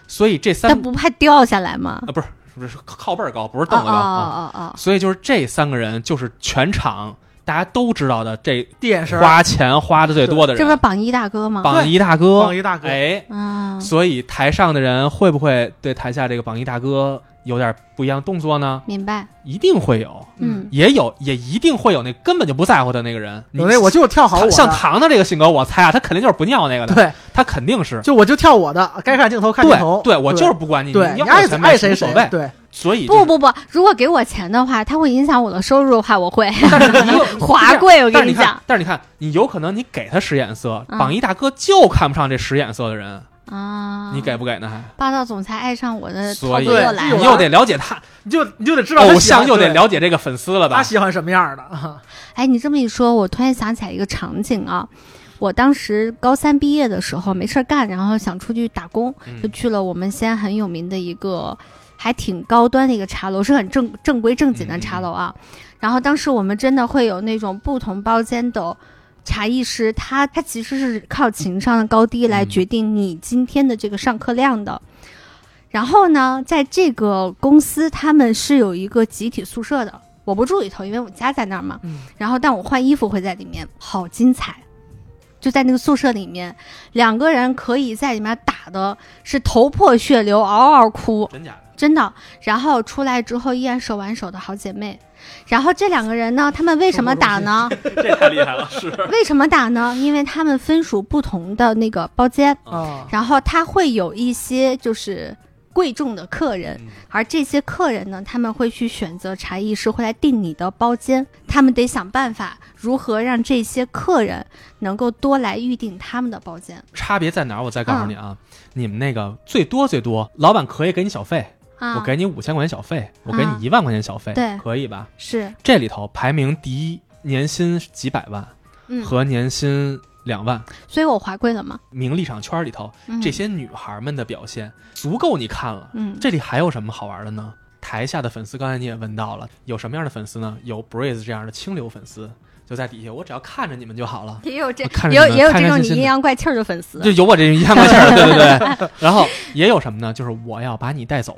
[SPEAKER 3] 所以这
[SPEAKER 2] 但
[SPEAKER 3] 三
[SPEAKER 2] 不怕掉下来吗？
[SPEAKER 3] 啊不是不是靠背儿高，不是凳子高啊。
[SPEAKER 2] 哦哦哦，
[SPEAKER 3] 所以就是这三个人，就是全场大家都知道的这
[SPEAKER 4] 递眼神儿，
[SPEAKER 3] 花钱花的最多的
[SPEAKER 2] 这不是
[SPEAKER 3] 人，
[SPEAKER 2] 榜一大哥吗？
[SPEAKER 3] 榜一大哥。
[SPEAKER 4] 放一大哥，
[SPEAKER 3] 哎，
[SPEAKER 2] 啊，
[SPEAKER 3] 所以台上的人会不会对台下这个榜一大哥有点不一样动作呢？
[SPEAKER 2] 明白，
[SPEAKER 3] 一定会有，
[SPEAKER 2] 嗯
[SPEAKER 3] 也有，也一定会有那根本就不在乎的那个人。你
[SPEAKER 4] 有那我就跳好我的，
[SPEAKER 3] 像糖糖这个性格，我猜啊，他肯定就是不尿那个的，
[SPEAKER 4] 对，
[SPEAKER 3] 他肯定是。
[SPEAKER 4] 就我就跳我的，该看镜头看镜头，
[SPEAKER 3] 对，对我就是不管你，
[SPEAKER 4] 对
[SPEAKER 3] 你
[SPEAKER 4] 你
[SPEAKER 3] 要
[SPEAKER 4] 爱
[SPEAKER 3] 我
[SPEAKER 4] 谁
[SPEAKER 3] 钱
[SPEAKER 4] 爱
[SPEAKER 3] 买
[SPEAKER 4] 谁
[SPEAKER 3] 无所
[SPEAKER 4] 谁
[SPEAKER 3] 谓，。
[SPEAKER 4] 对，
[SPEAKER 3] 所以
[SPEAKER 2] 不不不，如果给我钱的话，它会影响我的收入的话，我会
[SPEAKER 3] 华
[SPEAKER 2] 华贵。我
[SPEAKER 3] 但是
[SPEAKER 2] 跟
[SPEAKER 3] 你看
[SPEAKER 2] 讲，
[SPEAKER 3] 但是你看，你有可能你给他使眼色，
[SPEAKER 2] 嗯
[SPEAKER 3] 榜一大哥就看不上这使眼色的人，
[SPEAKER 2] 啊，
[SPEAKER 3] 你给不给呢？还
[SPEAKER 2] 霸道总裁爱上我的
[SPEAKER 3] 所
[SPEAKER 2] 套
[SPEAKER 3] 以
[SPEAKER 2] 路呃又来
[SPEAKER 4] 有
[SPEAKER 3] 你
[SPEAKER 4] 啊
[SPEAKER 3] 又
[SPEAKER 2] 了。
[SPEAKER 3] 得了解他
[SPEAKER 4] 你就你就得知道
[SPEAKER 3] 偶
[SPEAKER 4] 他喜欢
[SPEAKER 3] 像，又得
[SPEAKER 4] 对
[SPEAKER 3] 了解这个粉丝了
[SPEAKER 4] 他
[SPEAKER 3] 吧？嗯
[SPEAKER 4] 喜欢什么样的啊。
[SPEAKER 2] 哎，你这么一说，我突然想起来一个场景啊。我当时高三毕业的时候没事儿干，然后想出去打工，就
[SPEAKER 3] 嗯
[SPEAKER 2] 去了我们西安很有名的一个还挺高端的一个茶楼，是很正正规正经的
[SPEAKER 3] 嗯
[SPEAKER 2] 茶楼啊。然后当时我们真的会有那种不同包间的茶艺师，他他其实是靠情商的高低来
[SPEAKER 3] 嗯
[SPEAKER 2] 决定你今天的这个上课量的。然后呢，在这个公司，他们是有一个集体宿舍的。我不住里头，因为我家在那儿嘛。
[SPEAKER 4] 嗯
[SPEAKER 2] 然后，但我换衣服会在里面，好精彩！就在那个宿舍里面，两个人可以在里面打的是头破血流，嗷嗷哭，
[SPEAKER 3] 真假的？
[SPEAKER 2] 真的。然后出来之后依然手挽手的好姐妹。然后这两个人呢，他们为什么打呢？
[SPEAKER 3] 这太厉害了，是
[SPEAKER 2] 为什么打呢？因为他们分属不同的那个包间，
[SPEAKER 4] 啊，
[SPEAKER 3] 嗯
[SPEAKER 2] 然后他会有一些就是贵重的客人，
[SPEAKER 3] 嗯
[SPEAKER 2] 而这些客人呢，他们会去选择茶艺师会来订你的包间，他们得想办法如何让这些客人能够多来预定他们的包间
[SPEAKER 3] 差别在哪儿？我再告诉你
[SPEAKER 2] 嗯
[SPEAKER 3] 啊，你们那个最多最多，老板可以给你小费，
[SPEAKER 2] 啊。
[SPEAKER 3] 我给你五千块钱小费，我给
[SPEAKER 2] 啊
[SPEAKER 3] 你一万块钱小费，
[SPEAKER 2] 对
[SPEAKER 3] 可以吧？
[SPEAKER 2] 是，
[SPEAKER 3] 这里头排名第一，年薪几百万
[SPEAKER 2] 嗯，
[SPEAKER 3] 和年薪两万，
[SPEAKER 2] 所以我华贵了嘛。
[SPEAKER 3] 名利场圈里头
[SPEAKER 2] 嗯、
[SPEAKER 3] 这，些女孩们的表现足够你看了。
[SPEAKER 2] 嗯，
[SPEAKER 3] 这里还有什么好玩的呢？台下的粉丝，刚才你也问到了，有什么样的粉丝呢？有 Breeze 这样的清流粉丝，就在底下，我只要看着你们就好了。
[SPEAKER 2] 也有这
[SPEAKER 3] 我看着
[SPEAKER 2] 也有
[SPEAKER 3] 你们
[SPEAKER 2] 也有
[SPEAKER 3] 开
[SPEAKER 2] 这
[SPEAKER 3] 开
[SPEAKER 2] 种
[SPEAKER 3] 心
[SPEAKER 2] 你
[SPEAKER 3] 心
[SPEAKER 2] 阴
[SPEAKER 3] 的
[SPEAKER 2] 阳怪气儿的粉丝
[SPEAKER 3] 就有我这一样的事儿，对对 对。然后也有什么呢？就是我要把你带走，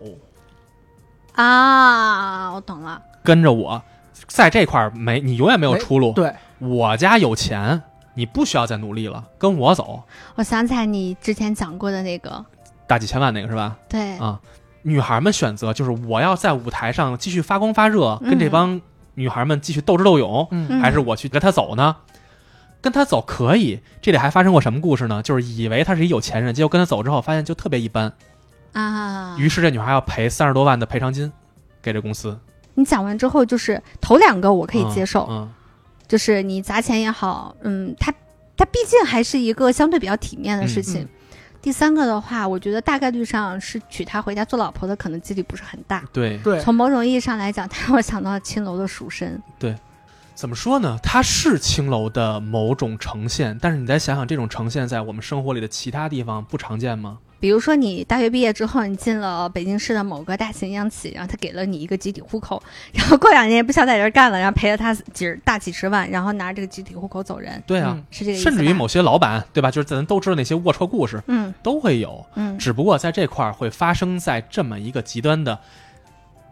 [SPEAKER 2] 啊，我懂了，
[SPEAKER 3] 跟着我，在这块儿没你永远没有出路。
[SPEAKER 4] 对，
[SPEAKER 3] 我家有钱，你不需要再努力了，跟我走，
[SPEAKER 2] 我想起来你之前讲过的那个，
[SPEAKER 3] 大几千万那个是吧？
[SPEAKER 2] 对，
[SPEAKER 3] 啊，女孩们选择就是我要在舞台上继续发光发热，
[SPEAKER 2] 嗯
[SPEAKER 3] 跟这帮女孩们继续斗智斗勇，
[SPEAKER 4] 嗯
[SPEAKER 3] 还是我去跟她走呢？跟她走可以，这里还发生过什么故事呢？就是以为她是一有钱人，结果跟她走之后发现就特别一般，
[SPEAKER 2] 啊，
[SPEAKER 3] 于是这女孩要赔三十多万的赔偿金给这公司。
[SPEAKER 2] 你讲完之后，就是头两个我可以接受，
[SPEAKER 3] 嗯，
[SPEAKER 2] 就是你砸钱也好，嗯，它它毕竟还是一个相对比较体面的事情。
[SPEAKER 4] 嗯嗯
[SPEAKER 2] 第三个的话，我觉得大概率上是娶她回家做老婆的可能几率不是很大
[SPEAKER 3] 嗯。对，
[SPEAKER 4] 对，
[SPEAKER 2] 从某种意义上来讲，它让我想到了青楼的赎身。
[SPEAKER 3] 怎么说呢？它是青楼的某种呈现，但是你再想想，这种呈现在我们生活里的其他地方不常见吗？
[SPEAKER 2] 比如说，你大学毕业之后，你进了北京市的某个大型央企，然后他给了你一个集体户口，然后过两年也不想在这儿干了，然后赔了他几十大几十万，然后拿着这个集体户口走人，
[SPEAKER 3] 对啊，
[SPEAKER 4] 嗯
[SPEAKER 2] 是这个意思吧？
[SPEAKER 3] 甚至于某些老板，对吧？就是咱都知道那些龌龊故事
[SPEAKER 2] 嗯
[SPEAKER 3] 都会有，
[SPEAKER 2] 嗯
[SPEAKER 3] 只不过在这块儿会发生在这么一个极端的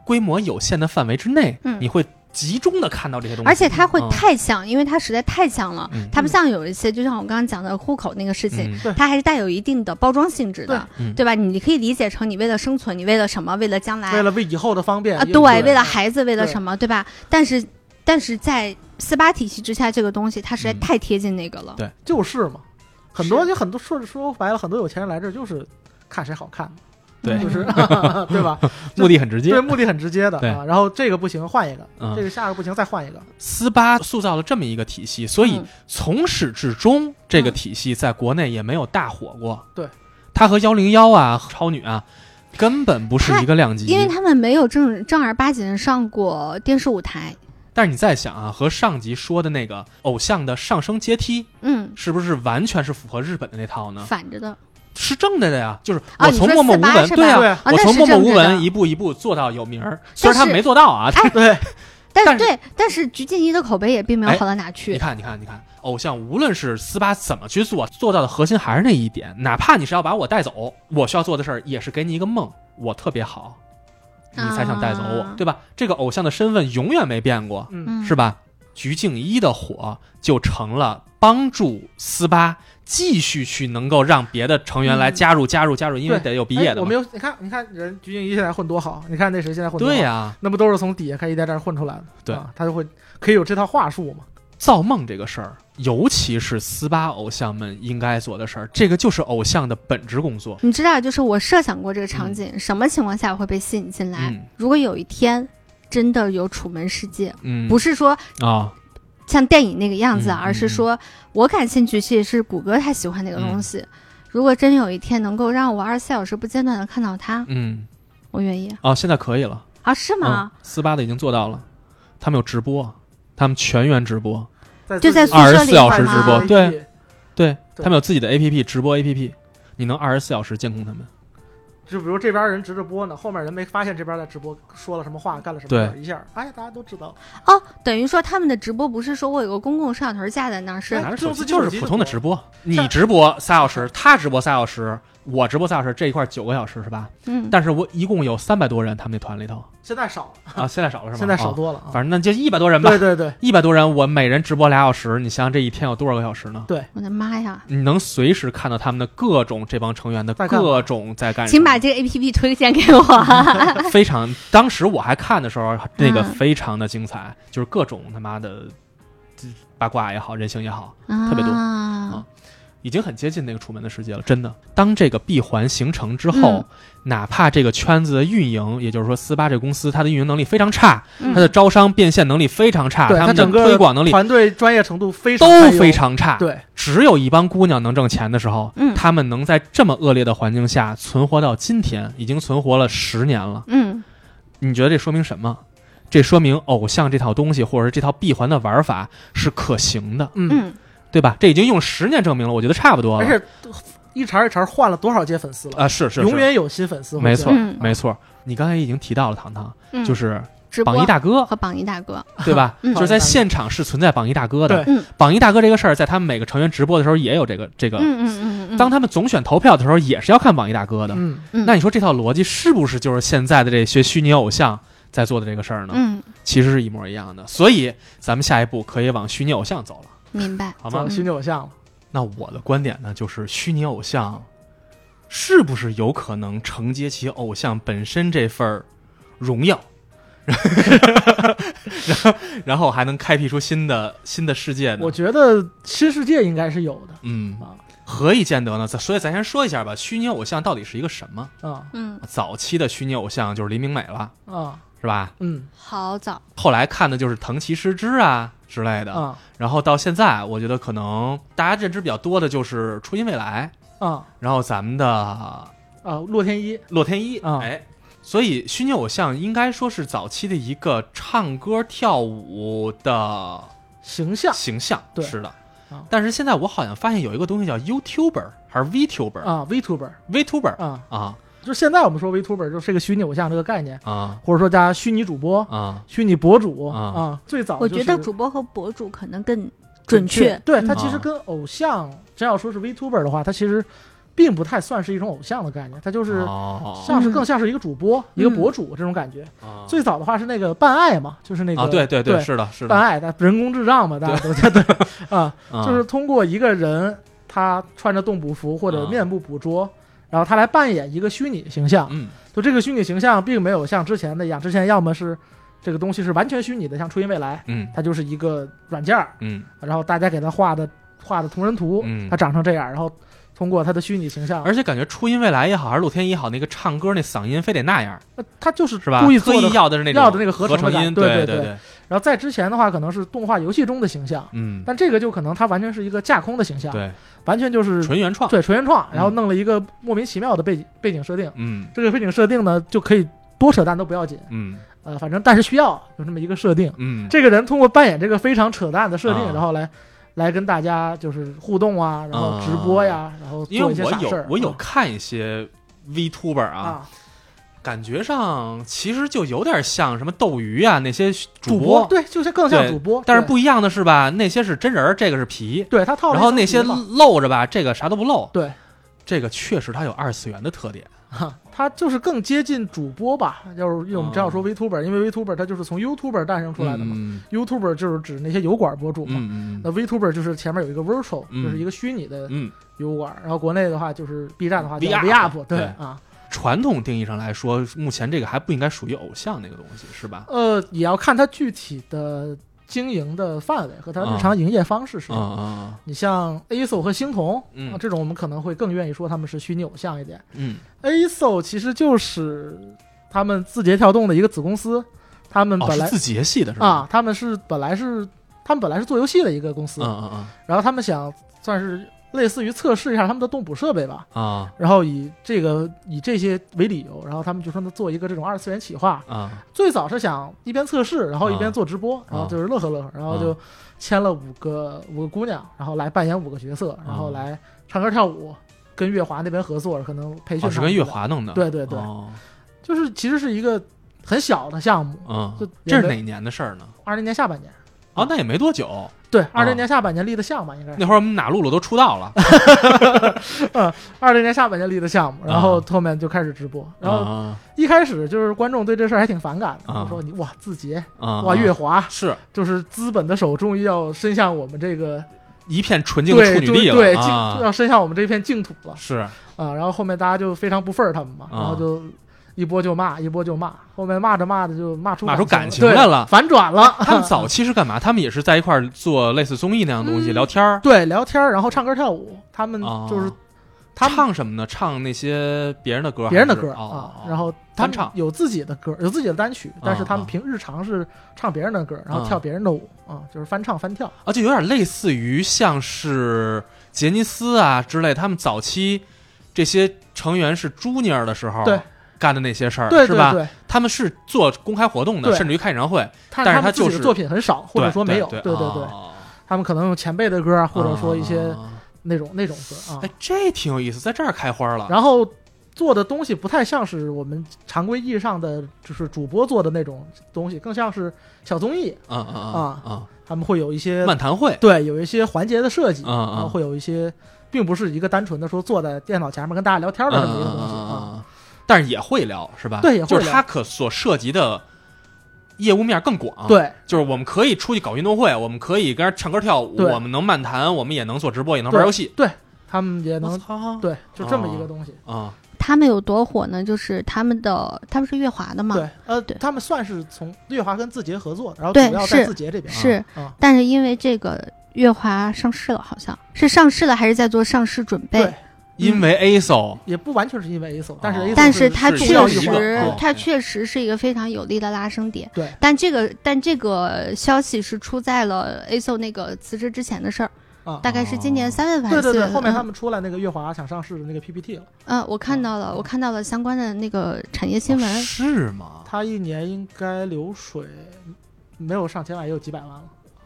[SPEAKER 3] 规模有限的范围之内，
[SPEAKER 2] 嗯
[SPEAKER 3] 你会集中的看到这些东西，
[SPEAKER 2] 而且他会
[SPEAKER 3] 嗯
[SPEAKER 2] 太强，因为他实在太强了
[SPEAKER 3] 嗯。
[SPEAKER 2] 他不像有一些，就像我刚刚讲的户口那个事情，
[SPEAKER 3] 嗯
[SPEAKER 4] 对
[SPEAKER 2] 它还是带有一定的包装性质的
[SPEAKER 3] 对嗯，
[SPEAKER 2] 对吧？你可以理解成你为了生存，你为了什么？为了将来
[SPEAKER 4] 为了为以后的方便
[SPEAKER 2] 啊，
[SPEAKER 4] 也
[SPEAKER 2] 对，为了孩子，为了
[SPEAKER 4] 对
[SPEAKER 2] 什么，对吧？但是，但是在四八体系之下，这个东西它实在
[SPEAKER 3] 嗯
[SPEAKER 2] 太贴近那个了。
[SPEAKER 3] 对
[SPEAKER 4] 嗯就是嘛，很多
[SPEAKER 2] 是
[SPEAKER 4] 就很多说说白了，很多有钱人来这儿就是看谁好看，
[SPEAKER 3] 对
[SPEAKER 2] 嗯
[SPEAKER 4] 就是 对吧？
[SPEAKER 3] 目的很直接
[SPEAKER 4] 对，。目的很直接的
[SPEAKER 3] 对
[SPEAKER 4] 啊。然后这个不行，换一个；
[SPEAKER 3] 嗯
[SPEAKER 4] 这个下个不行，再换一个。
[SPEAKER 3] 斯巴塑造了这么一个体系，所以
[SPEAKER 2] 嗯
[SPEAKER 3] 从始至终，这个体系在国内也没有大火过。
[SPEAKER 4] 对，
[SPEAKER 3] 它和幺零幺啊、超女啊，根本不是一个量级。
[SPEAKER 2] 因为他们没有正正儿八经地上过电视舞台，
[SPEAKER 3] 但是你再想啊，和上集说的那个偶像的上升阶梯，
[SPEAKER 2] 嗯，
[SPEAKER 3] 是不是完全是符合日本的那套呢？
[SPEAKER 2] 反着的。
[SPEAKER 3] 是正的的呀，就是
[SPEAKER 2] 啊
[SPEAKER 3] 我
[SPEAKER 2] 你
[SPEAKER 3] 从
[SPEAKER 2] 说
[SPEAKER 3] 默默
[SPEAKER 2] 四
[SPEAKER 3] 无
[SPEAKER 2] 八
[SPEAKER 3] 闻，
[SPEAKER 2] 是
[SPEAKER 3] 对
[SPEAKER 2] 吧
[SPEAKER 3] 啊，
[SPEAKER 4] 对
[SPEAKER 2] 啊
[SPEAKER 3] 我
[SPEAKER 2] 那
[SPEAKER 3] 从
[SPEAKER 2] 是
[SPEAKER 3] 默默
[SPEAKER 2] 正
[SPEAKER 3] 无
[SPEAKER 2] 着的
[SPEAKER 3] 闻一步一步做到有名儿，虽
[SPEAKER 2] 但
[SPEAKER 3] 然他
[SPEAKER 2] 是
[SPEAKER 3] 没做到啊，
[SPEAKER 2] 哎
[SPEAKER 4] 对，
[SPEAKER 2] 但
[SPEAKER 3] 但
[SPEAKER 2] 是对，但是鞠婧祎的口碑也并没有
[SPEAKER 3] 哎
[SPEAKER 2] 好到哪去。
[SPEAKER 3] 你看，你看，你看，偶像无论是斯巴怎么去做，做到的核心还是那一点，哪怕你是要把我带走，我需要做的事儿也是给你一个梦，我特别好，你才想带走我，
[SPEAKER 2] 啊
[SPEAKER 3] 对吧？这个偶像的身份永远没变过，
[SPEAKER 4] 嗯，
[SPEAKER 2] 嗯，
[SPEAKER 3] 是吧？鞠婧祎的火就成了帮助斯巴继续去能够让别的成员来
[SPEAKER 2] 嗯
[SPEAKER 3] 加入、加入、加入，因为
[SPEAKER 4] 对
[SPEAKER 3] 得有毕业
[SPEAKER 4] 哎
[SPEAKER 3] 的
[SPEAKER 4] 我
[SPEAKER 3] 嘛
[SPEAKER 4] 们。有你看，你看人鞠婧祎现在混多好，你看那谁现在混多好
[SPEAKER 3] 对呀、
[SPEAKER 4] 那不都是从底下开始一代代混出来的？
[SPEAKER 3] 对
[SPEAKER 4] 啊，他就会可以有这套话术嘛？
[SPEAKER 3] 造梦这个事儿，尤其是斯巴偶像们应该做的事儿，这个就是偶像的本职工作。
[SPEAKER 2] 你知道，就是我设想过这个场景，什么情况下我会被吸引进来？
[SPEAKER 3] 嗯
[SPEAKER 2] 如果有一天真的有楚门世界，
[SPEAKER 3] 嗯，
[SPEAKER 2] 不
[SPEAKER 3] 是
[SPEAKER 2] 是说
[SPEAKER 3] 啊，
[SPEAKER 2] 像电影那个样子，
[SPEAKER 3] 嗯嗯
[SPEAKER 2] 而是说我感兴趣，其实是谷歌他喜欢那个东西。如果真有一天能够让我二十四小时不间断的看到它，
[SPEAKER 3] 嗯，
[SPEAKER 2] 我愿意
[SPEAKER 3] 啊，现在可以了，
[SPEAKER 2] 啊，是吗？
[SPEAKER 3] 嗯，斯巴的已经做到了，他们有直播，他们全员直播，
[SPEAKER 4] 在
[SPEAKER 2] 就在宿
[SPEAKER 3] 二十
[SPEAKER 2] 舍
[SPEAKER 3] 四
[SPEAKER 2] 里
[SPEAKER 3] 小
[SPEAKER 2] 看
[SPEAKER 3] 时
[SPEAKER 2] 吗
[SPEAKER 3] 直播对对
[SPEAKER 4] 对
[SPEAKER 3] 他们有自己的 APP 直播 APP，你能二十四小时监控他们，
[SPEAKER 4] 就比如这边人直着播呢，后面人没发现这边在直播，说了什么话，干了什么事儿，一下，哎，大家都知道，
[SPEAKER 2] 哦，等于说他们的直播不是说我有个公共摄像头架在那儿，是、
[SPEAKER 4] 哎
[SPEAKER 3] 拿着手
[SPEAKER 4] 这种
[SPEAKER 3] 机
[SPEAKER 4] 自己
[SPEAKER 3] 就
[SPEAKER 4] 手
[SPEAKER 3] 是
[SPEAKER 4] 机
[SPEAKER 3] 普
[SPEAKER 4] 直
[SPEAKER 3] 通的
[SPEAKER 4] 播
[SPEAKER 3] 直播，你直播仨小时，他直播仨小时，我直播仨小时，这一块九个小时是吧？
[SPEAKER 2] 嗯，
[SPEAKER 3] 但是我一共有三百多人，他们那团里 头
[SPEAKER 4] 现在少了，
[SPEAKER 3] 啊，现在少了是吗？
[SPEAKER 4] 现在少
[SPEAKER 3] 啊，
[SPEAKER 4] 多了啊。
[SPEAKER 3] 反正那就一百多人吧
[SPEAKER 4] 对，对对，
[SPEAKER 3] 一百多人，我每人直播俩小时，你想想这一天有多少个小时呢？
[SPEAKER 2] 我的妈呀！
[SPEAKER 3] 你能随时看到他们的各种这帮成员的
[SPEAKER 4] 在干嘛
[SPEAKER 3] 各种在干什么，
[SPEAKER 2] 请把这个 A P P 推荐给我。
[SPEAKER 3] 嗯 非常，当时我还看的时候，那个
[SPEAKER 2] 嗯
[SPEAKER 3] 非常的精彩，就是各种他妈的这八卦也好，人性也好，
[SPEAKER 2] 特
[SPEAKER 3] 别多
[SPEAKER 2] 啊
[SPEAKER 3] 已经很接近那个楚门的世界了。真的，当这个闭环形成之
[SPEAKER 4] 嗯
[SPEAKER 3] 后，哪怕这个圈子的运营，也就是说斯巴这个公司，它的运营能力非常差，
[SPEAKER 2] 嗯
[SPEAKER 3] 它的招商变现能力非常差，
[SPEAKER 4] 对
[SPEAKER 3] 他
[SPEAKER 4] 它
[SPEAKER 3] 们的
[SPEAKER 4] 整个
[SPEAKER 3] 推广能力
[SPEAKER 4] 团队专业程度非常
[SPEAKER 3] 都
[SPEAKER 4] 堪忧
[SPEAKER 3] 非常差。
[SPEAKER 4] 对，
[SPEAKER 3] 只有一帮姑娘能挣钱的时候，
[SPEAKER 2] 嗯
[SPEAKER 3] 他们能在这么恶劣的环境下存活到今天，已经存活了十年了。
[SPEAKER 2] 嗯，
[SPEAKER 3] 你觉得这说明什么？这说明偶像这套东西，或者是这套闭环的玩法是可行的，
[SPEAKER 4] 嗯，
[SPEAKER 2] 嗯，
[SPEAKER 3] 对吧？这已经用十年证明了，我觉得差不多
[SPEAKER 4] 而
[SPEAKER 3] 了。
[SPEAKER 4] 且一茬一茬换了多少届粉丝了，
[SPEAKER 3] 啊，是是，是
[SPEAKER 4] 永远有新粉丝会进来，
[SPEAKER 3] 没错，
[SPEAKER 2] 嗯
[SPEAKER 3] 没错。你刚才已经提到了糖糖，
[SPEAKER 2] 嗯
[SPEAKER 3] 就是
[SPEAKER 2] 直播
[SPEAKER 3] 榜一 大哥，
[SPEAKER 2] 和榜一大哥，
[SPEAKER 3] 对吧？
[SPEAKER 2] 嗯
[SPEAKER 3] 就是在现场是存在榜一大哥的。
[SPEAKER 2] 对嗯
[SPEAKER 3] 榜一大哥这个事儿，在他们每个成员直播的时候也有这个这个。
[SPEAKER 2] 嗯嗯嗯嗯，
[SPEAKER 3] 当他们总选投票的时候，也是要看榜一大哥的。
[SPEAKER 4] 嗯，
[SPEAKER 2] 嗯
[SPEAKER 3] 那你说这套逻辑是不是就是现在的这些虚拟偶像在做的这个事儿呢？
[SPEAKER 2] 嗯，
[SPEAKER 3] 其实是一模一样的。所以咱们下一步可以往虚拟偶像走了，
[SPEAKER 2] 明白，
[SPEAKER 3] 好
[SPEAKER 4] 走
[SPEAKER 3] 吗
[SPEAKER 4] 了？虚拟偶像了，
[SPEAKER 3] 那我的观点呢，就是虚拟偶像是不是有可能承接起偶像本身这份儿荣耀， 然后然后还能开辟出新的新的世界呢
[SPEAKER 4] 我？觉得新世界应该是有的
[SPEAKER 3] 嗯
[SPEAKER 4] 啊，
[SPEAKER 3] 何以见得呢？咱所以咱先说一下吧，虚拟偶像到底是一个什么？
[SPEAKER 4] 啊
[SPEAKER 2] 嗯，
[SPEAKER 3] 早期的虚拟偶像就是黎明美了，
[SPEAKER 4] 啊
[SPEAKER 3] 是吧？
[SPEAKER 4] 嗯
[SPEAKER 2] 好早，
[SPEAKER 3] 后来看的就是藤崎诗织啊之类的，
[SPEAKER 4] 啊
[SPEAKER 3] 然后到现在，我觉得可能大家认知比较多的就是初音未来，
[SPEAKER 4] 啊
[SPEAKER 3] 然后咱们的
[SPEAKER 4] 啊，洛天依
[SPEAKER 3] 洛天依，
[SPEAKER 4] 啊
[SPEAKER 3] 哎，所以虚拟偶像应该说是早期的一个唱歌跳舞的
[SPEAKER 4] 形象
[SPEAKER 3] 形象，
[SPEAKER 4] 对
[SPEAKER 3] 是的
[SPEAKER 4] 啊。
[SPEAKER 3] 但是现在我好像发现有一个东西叫 YouTuber 还是 VTuber、
[SPEAKER 4] 啊，Vtuber
[SPEAKER 3] VTuber
[SPEAKER 4] 啊，
[SPEAKER 3] 啊
[SPEAKER 4] 就是现在我们说 Vtuber 就是个虚拟偶像这个概念，
[SPEAKER 3] 啊
[SPEAKER 4] 或者说加虚拟主播、
[SPEAKER 3] 啊，
[SPEAKER 4] 虚拟博主
[SPEAKER 3] 啊
[SPEAKER 4] 啊，最早
[SPEAKER 2] 我
[SPEAKER 4] 就
[SPEAKER 2] 觉得
[SPEAKER 4] 是
[SPEAKER 2] 主播和博主可能更
[SPEAKER 4] 准
[SPEAKER 2] 确，
[SPEAKER 4] 对
[SPEAKER 2] 嗯
[SPEAKER 4] 它其实跟偶像，真要说是 Vtuber 的话，它其实并不太算是一种偶像的概念，它就是
[SPEAKER 3] 哦
[SPEAKER 4] 像是更像是一个主播、一个
[SPEAKER 2] 嗯
[SPEAKER 4] 博主这种感觉。
[SPEAKER 3] 哦
[SPEAKER 4] 最早的话是那个办爱嘛，就是那个、
[SPEAKER 3] 啊，对对
[SPEAKER 4] 对
[SPEAKER 3] 是的，是
[SPEAKER 4] 办
[SPEAKER 3] 的，
[SPEAKER 4] 爱，但人工智障嘛，大家都觉得 啊，
[SPEAKER 3] 嗯
[SPEAKER 4] 就是通过一个人他穿着动捕服或者
[SPEAKER 3] 啊
[SPEAKER 4] 面部捕捉，然后他来扮演一个虚拟形象。
[SPEAKER 3] 嗯
[SPEAKER 4] 就这个虚拟形象并没有像之前那样，之前要么是这个东西是完全虚拟的，像初音未来，
[SPEAKER 3] 嗯
[SPEAKER 4] 它就是一个软件儿，
[SPEAKER 3] 嗯，
[SPEAKER 4] 然后大家给他画的画的同人图，
[SPEAKER 3] 嗯
[SPEAKER 4] 他长成这样，然后通过他的虚拟形象，
[SPEAKER 3] 而且感觉初音未来也好，还是露天也好，那个唱歌那嗓音非得那样，
[SPEAKER 4] 呃他就是
[SPEAKER 3] 是吧？
[SPEAKER 4] 故意
[SPEAKER 3] 特
[SPEAKER 4] 做的
[SPEAKER 3] 意。要的是那种
[SPEAKER 4] 要的那个合
[SPEAKER 3] 合
[SPEAKER 4] 成的感
[SPEAKER 3] 音，
[SPEAKER 4] 对
[SPEAKER 3] 对
[SPEAKER 4] 对对
[SPEAKER 3] 对，
[SPEAKER 4] 然后在之前的话，可能是动画游戏中的形象，
[SPEAKER 3] 嗯，
[SPEAKER 4] 但这个就可能他完全是一个架空的形象，
[SPEAKER 3] 对，
[SPEAKER 4] 完全就是
[SPEAKER 3] 纯原创，
[SPEAKER 4] 对纯原创，然后
[SPEAKER 3] 嗯
[SPEAKER 4] 弄了一个莫名其妙的背景背景设定。
[SPEAKER 3] 嗯
[SPEAKER 4] 这个背景设定呢，就可以多扯淡都不要紧，
[SPEAKER 3] 嗯
[SPEAKER 4] 呃，反正但是需要有这么一个设 定。
[SPEAKER 3] 嗯，
[SPEAKER 4] 这个人通过扮演这个非常扯淡的设定，
[SPEAKER 3] 啊
[SPEAKER 4] 然后来来跟大家就是互动啊，然后直播呀，然后
[SPEAKER 3] 啊因
[SPEAKER 4] 做一
[SPEAKER 3] 为
[SPEAKER 4] 些
[SPEAKER 3] 我
[SPEAKER 4] 傻事
[SPEAKER 3] 有
[SPEAKER 4] 儿。嗯
[SPEAKER 3] 我有看一些 VTuber 啊，
[SPEAKER 4] 啊，
[SPEAKER 3] 感觉上其实就有点像什么斗鱼啊那些主
[SPEAKER 4] 主
[SPEAKER 3] 播，
[SPEAKER 4] 对，就是更像
[SPEAKER 3] 对
[SPEAKER 4] 主播，
[SPEAKER 3] 但是
[SPEAKER 4] 对
[SPEAKER 3] 不一样的是吧？那些是真人儿，这个是皮，
[SPEAKER 4] 对他套了
[SPEAKER 3] 然
[SPEAKER 4] 一
[SPEAKER 3] 后
[SPEAKER 4] 层
[SPEAKER 3] 那些
[SPEAKER 4] 皮嘛
[SPEAKER 3] 露着吧，这个啥都不露。
[SPEAKER 4] 对，
[SPEAKER 3] 这个确实它有二次元的特点。
[SPEAKER 4] 他就是更接近主播吧，就是用我们这样说 VTuber，、因为 VTuber 它就是从 YouTuber 诞生出来的嘛、
[SPEAKER 3] 哦嗯
[SPEAKER 4] y o u t u b e r 就是指那些油管博主嘛。
[SPEAKER 3] 嗯
[SPEAKER 4] 那 VTuber 就是前面有一个 virtual，、
[SPEAKER 3] 嗯
[SPEAKER 4] 就是一个虚拟的
[SPEAKER 3] 嗯，
[SPEAKER 4] 油管，然后国内的话就是 B 站的话叫
[SPEAKER 3] VUp
[SPEAKER 4] VUp，对
[SPEAKER 3] 对
[SPEAKER 4] 啊，
[SPEAKER 3] 传统定义上来说，目前这个还不应该属于偶像那个东西，是吧？
[SPEAKER 4] 呃，也要看它具体的经营的范围和它
[SPEAKER 3] 啊
[SPEAKER 4] 日常营业方式是什
[SPEAKER 3] 啊
[SPEAKER 4] 么。
[SPEAKER 3] 啊
[SPEAKER 4] 你像 ASO 和星童，
[SPEAKER 3] 嗯
[SPEAKER 4] 啊这种我们可能会更愿意说他们是虚拟偶像一点。
[SPEAKER 3] 嗯
[SPEAKER 4] ASO 其实就是他们字节跳动的一个子公司，他们
[SPEAKER 3] 嗯，哦，
[SPEAKER 4] 本
[SPEAKER 3] 是
[SPEAKER 4] 来、
[SPEAKER 3] 字节系的是吧？
[SPEAKER 4] 啊，他们是本来是他们本来是做游戏的一个公司，
[SPEAKER 3] 嗯嗯
[SPEAKER 4] 然后他们想算是类似于测试一下他们的动捕设备吧，
[SPEAKER 3] 嗯啊
[SPEAKER 4] 然后以这个以这些为理由，然后他们就说呢做一个这种二次元企划，
[SPEAKER 3] 啊
[SPEAKER 4] 最早是想一边测试，然后一边做直播，然后就是乐呵乐呵，然后
[SPEAKER 3] 啊
[SPEAKER 4] 就签了五个五个姑娘，然后来扮演五个角色，
[SPEAKER 3] 啊
[SPEAKER 4] 然后来唱歌跳舞，跟月华那边合作，可能培训、
[SPEAKER 3] 哦，是跟月，华弄的。
[SPEAKER 4] 对对对
[SPEAKER 3] 哦
[SPEAKER 4] 就是其实是一个很小的项目，就
[SPEAKER 3] 嗯，
[SPEAKER 4] 也
[SPEAKER 3] 这
[SPEAKER 4] 没
[SPEAKER 3] 是哪年的事儿呢？
[SPEAKER 4] 二零年下半年，
[SPEAKER 3] 哦，那也没多久，
[SPEAKER 4] 对，二零年下半年立的项目应该是
[SPEAKER 3] 啊那会儿我们哪露露都出道了。
[SPEAKER 4] 二零年下半年立的项目，然后后面就开始直播，然后
[SPEAKER 3] 啊
[SPEAKER 4] 一开始就是观众对这事儿还挺反感的，
[SPEAKER 3] 啊
[SPEAKER 4] 就说你哇字节，
[SPEAKER 3] 啊，
[SPEAKER 4] 哇月华，
[SPEAKER 3] 是
[SPEAKER 4] 就是资本的手终于要伸向我们这个
[SPEAKER 3] 一片纯净的
[SPEAKER 4] 对
[SPEAKER 3] 处女地了
[SPEAKER 4] 对，呃
[SPEAKER 3] 啊
[SPEAKER 4] 净要伸向我们这片净土了
[SPEAKER 3] 是
[SPEAKER 4] 啊！然后后面大家就非常不忿儿他们嘛，
[SPEAKER 3] 啊
[SPEAKER 4] 然后就一波就骂，一波就骂，后面骂着骂着就骂出
[SPEAKER 3] 骂出
[SPEAKER 4] 感
[SPEAKER 3] 感情来了
[SPEAKER 4] 对反转了。
[SPEAKER 3] 他们早期是干嘛？他们也是在一块儿做类似综艺那样的东西，
[SPEAKER 4] 嗯
[SPEAKER 3] 聊天儿，
[SPEAKER 4] 对聊天儿，然后唱歌跳舞，他们
[SPEAKER 3] 啊
[SPEAKER 4] 就是他们
[SPEAKER 3] 唱什么呢？唱那些别人的歌还是，
[SPEAKER 4] 别人的歌
[SPEAKER 3] 哦
[SPEAKER 4] 啊，
[SPEAKER 3] 哦
[SPEAKER 4] 然后他
[SPEAKER 3] 翻
[SPEAKER 4] 们
[SPEAKER 3] 唱
[SPEAKER 4] 有自己的歌，有自己的单曲，但是他们
[SPEAKER 3] 啊
[SPEAKER 4] 平日常是唱别人的歌，然后
[SPEAKER 3] 啊
[SPEAKER 4] 跳别人的舞啊，就是翻唱翻跳。
[SPEAKER 3] 啊，就有点类似于像是杰尼斯啊之类，他们早期这些成员是 Junior 的时候
[SPEAKER 4] 对
[SPEAKER 3] 干的那些事儿，
[SPEAKER 4] 对
[SPEAKER 3] 是
[SPEAKER 4] 对
[SPEAKER 3] 吧？
[SPEAKER 4] 对，
[SPEAKER 3] 他们是做公开活动的，
[SPEAKER 4] 对
[SPEAKER 3] 甚至于开演唱会，
[SPEAKER 4] 但
[SPEAKER 3] 但是
[SPEAKER 4] 他
[SPEAKER 3] 他
[SPEAKER 4] 们
[SPEAKER 3] 就
[SPEAKER 4] 自己的
[SPEAKER 3] 是
[SPEAKER 4] 作品很少，或者
[SPEAKER 3] 对
[SPEAKER 4] 说没有。
[SPEAKER 3] 对
[SPEAKER 4] 对对对，
[SPEAKER 3] 哦
[SPEAKER 4] 他们可能用前辈的歌啊，或者说一些
[SPEAKER 3] 啊
[SPEAKER 4] 那种那种歌啊。
[SPEAKER 3] 哎，这挺有意思，在这儿开花了。
[SPEAKER 4] 然后做的东西不太像是我们常规意义上的就是主播做的那种东西，更像是小综艺，
[SPEAKER 3] 嗯嗯
[SPEAKER 4] 啊
[SPEAKER 3] 嗯
[SPEAKER 4] 他们会有一些
[SPEAKER 3] 嗯，漫谈会，
[SPEAKER 4] 对有一些环节的设计，
[SPEAKER 3] 嗯嗯
[SPEAKER 4] 然后会有一些。并不是一个单纯的说坐在电脑前面跟大家聊天的这么一个东西啊，
[SPEAKER 3] 嗯，但是也会聊是吧？
[SPEAKER 4] 对也会
[SPEAKER 3] 就是
[SPEAKER 4] 聊
[SPEAKER 3] 他可所涉及的业务面更广。，
[SPEAKER 4] 对
[SPEAKER 3] 就是我们可以出去搞运动会，我们可以跟人唱歌跳舞，
[SPEAKER 4] 对
[SPEAKER 3] 我们能漫谈，我们也能做直播，也能
[SPEAKER 4] 对
[SPEAKER 3] 玩游戏。
[SPEAKER 4] 他们也
[SPEAKER 3] 我
[SPEAKER 4] 能
[SPEAKER 3] 操！
[SPEAKER 4] 对就这么一个东
[SPEAKER 2] 哦
[SPEAKER 4] 西，
[SPEAKER 3] 啊，
[SPEAKER 2] 他们有多火呢？就是他们的，他们是月华的嘛，
[SPEAKER 3] 啊
[SPEAKER 4] 对，呃，
[SPEAKER 2] 对
[SPEAKER 4] 他们算是从月华跟字节合作，然后主
[SPEAKER 2] 对
[SPEAKER 4] 要在
[SPEAKER 2] 是
[SPEAKER 4] 字节这边
[SPEAKER 2] 是，
[SPEAKER 4] 啊，
[SPEAKER 2] 但是因为这个月华上市了，好像是上市了还是在做上市准备
[SPEAKER 4] 对？
[SPEAKER 3] 因为啊 ASO
[SPEAKER 4] 也不完全是因为 ASO，但是
[SPEAKER 3] 哦
[SPEAKER 4] ASO
[SPEAKER 2] 但
[SPEAKER 4] 是
[SPEAKER 2] 它
[SPEAKER 3] 是
[SPEAKER 4] 需要
[SPEAKER 2] 确
[SPEAKER 4] 一
[SPEAKER 3] 个
[SPEAKER 2] 实
[SPEAKER 3] 哦，
[SPEAKER 2] 它确实是一个非常有力的拉升点。
[SPEAKER 4] 对
[SPEAKER 2] 但这个但这个消息是出在了 ASO 那个辞职之前的事儿，
[SPEAKER 4] 啊
[SPEAKER 2] 大概是今年
[SPEAKER 3] 哦
[SPEAKER 2] 三月份还
[SPEAKER 4] 对
[SPEAKER 2] 是嗯
[SPEAKER 4] 对
[SPEAKER 2] 四月
[SPEAKER 4] 对，
[SPEAKER 2] 份。
[SPEAKER 4] 后面他们出来那个月华想上市的那个 PPT 了，
[SPEAKER 2] 嗯，我看到了，我看到了相关的那个产业新
[SPEAKER 3] 哦
[SPEAKER 2] 闻。
[SPEAKER 3] 是吗？
[SPEAKER 4] 他一年应该流水没有上千万，也有几百万了。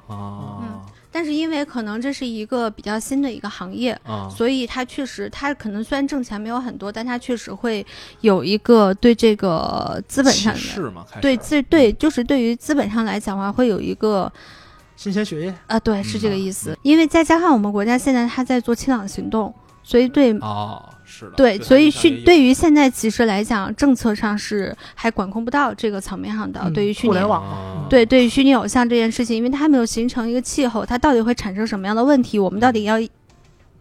[SPEAKER 3] 啊
[SPEAKER 2] 但是因为可能这是一个比较新的一个行
[SPEAKER 4] 哦
[SPEAKER 2] 业，
[SPEAKER 3] 啊
[SPEAKER 2] 所以它确实，它可能虽然挣钱没有很多，但它确实会有一个对这个资本上的。
[SPEAKER 3] 是吗？开始
[SPEAKER 2] 对，自对，
[SPEAKER 4] 嗯
[SPEAKER 2] 就是对于资本上来讲的话，会有一个
[SPEAKER 4] 新鲜血液，
[SPEAKER 2] 啊，对，是这个
[SPEAKER 3] 嗯
[SPEAKER 2] 意思。因为再加上我们国家现在它在做清朗行动，所以对
[SPEAKER 3] 哦，是的，
[SPEAKER 2] 对，所以去
[SPEAKER 3] 训
[SPEAKER 2] 对于现在其实来讲，政策上是还管控不到这个层面上的。
[SPEAKER 4] 嗯
[SPEAKER 2] 对于虚
[SPEAKER 4] 互
[SPEAKER 2] 拟
[SPEAKER 4] 联网
[SPEAKER 3] 啊
[SPEAKER 2] 对，对于虚拟偶像这件事情，因为它还没有形成一个气候，它到底会产生什么样的问题，我们到底要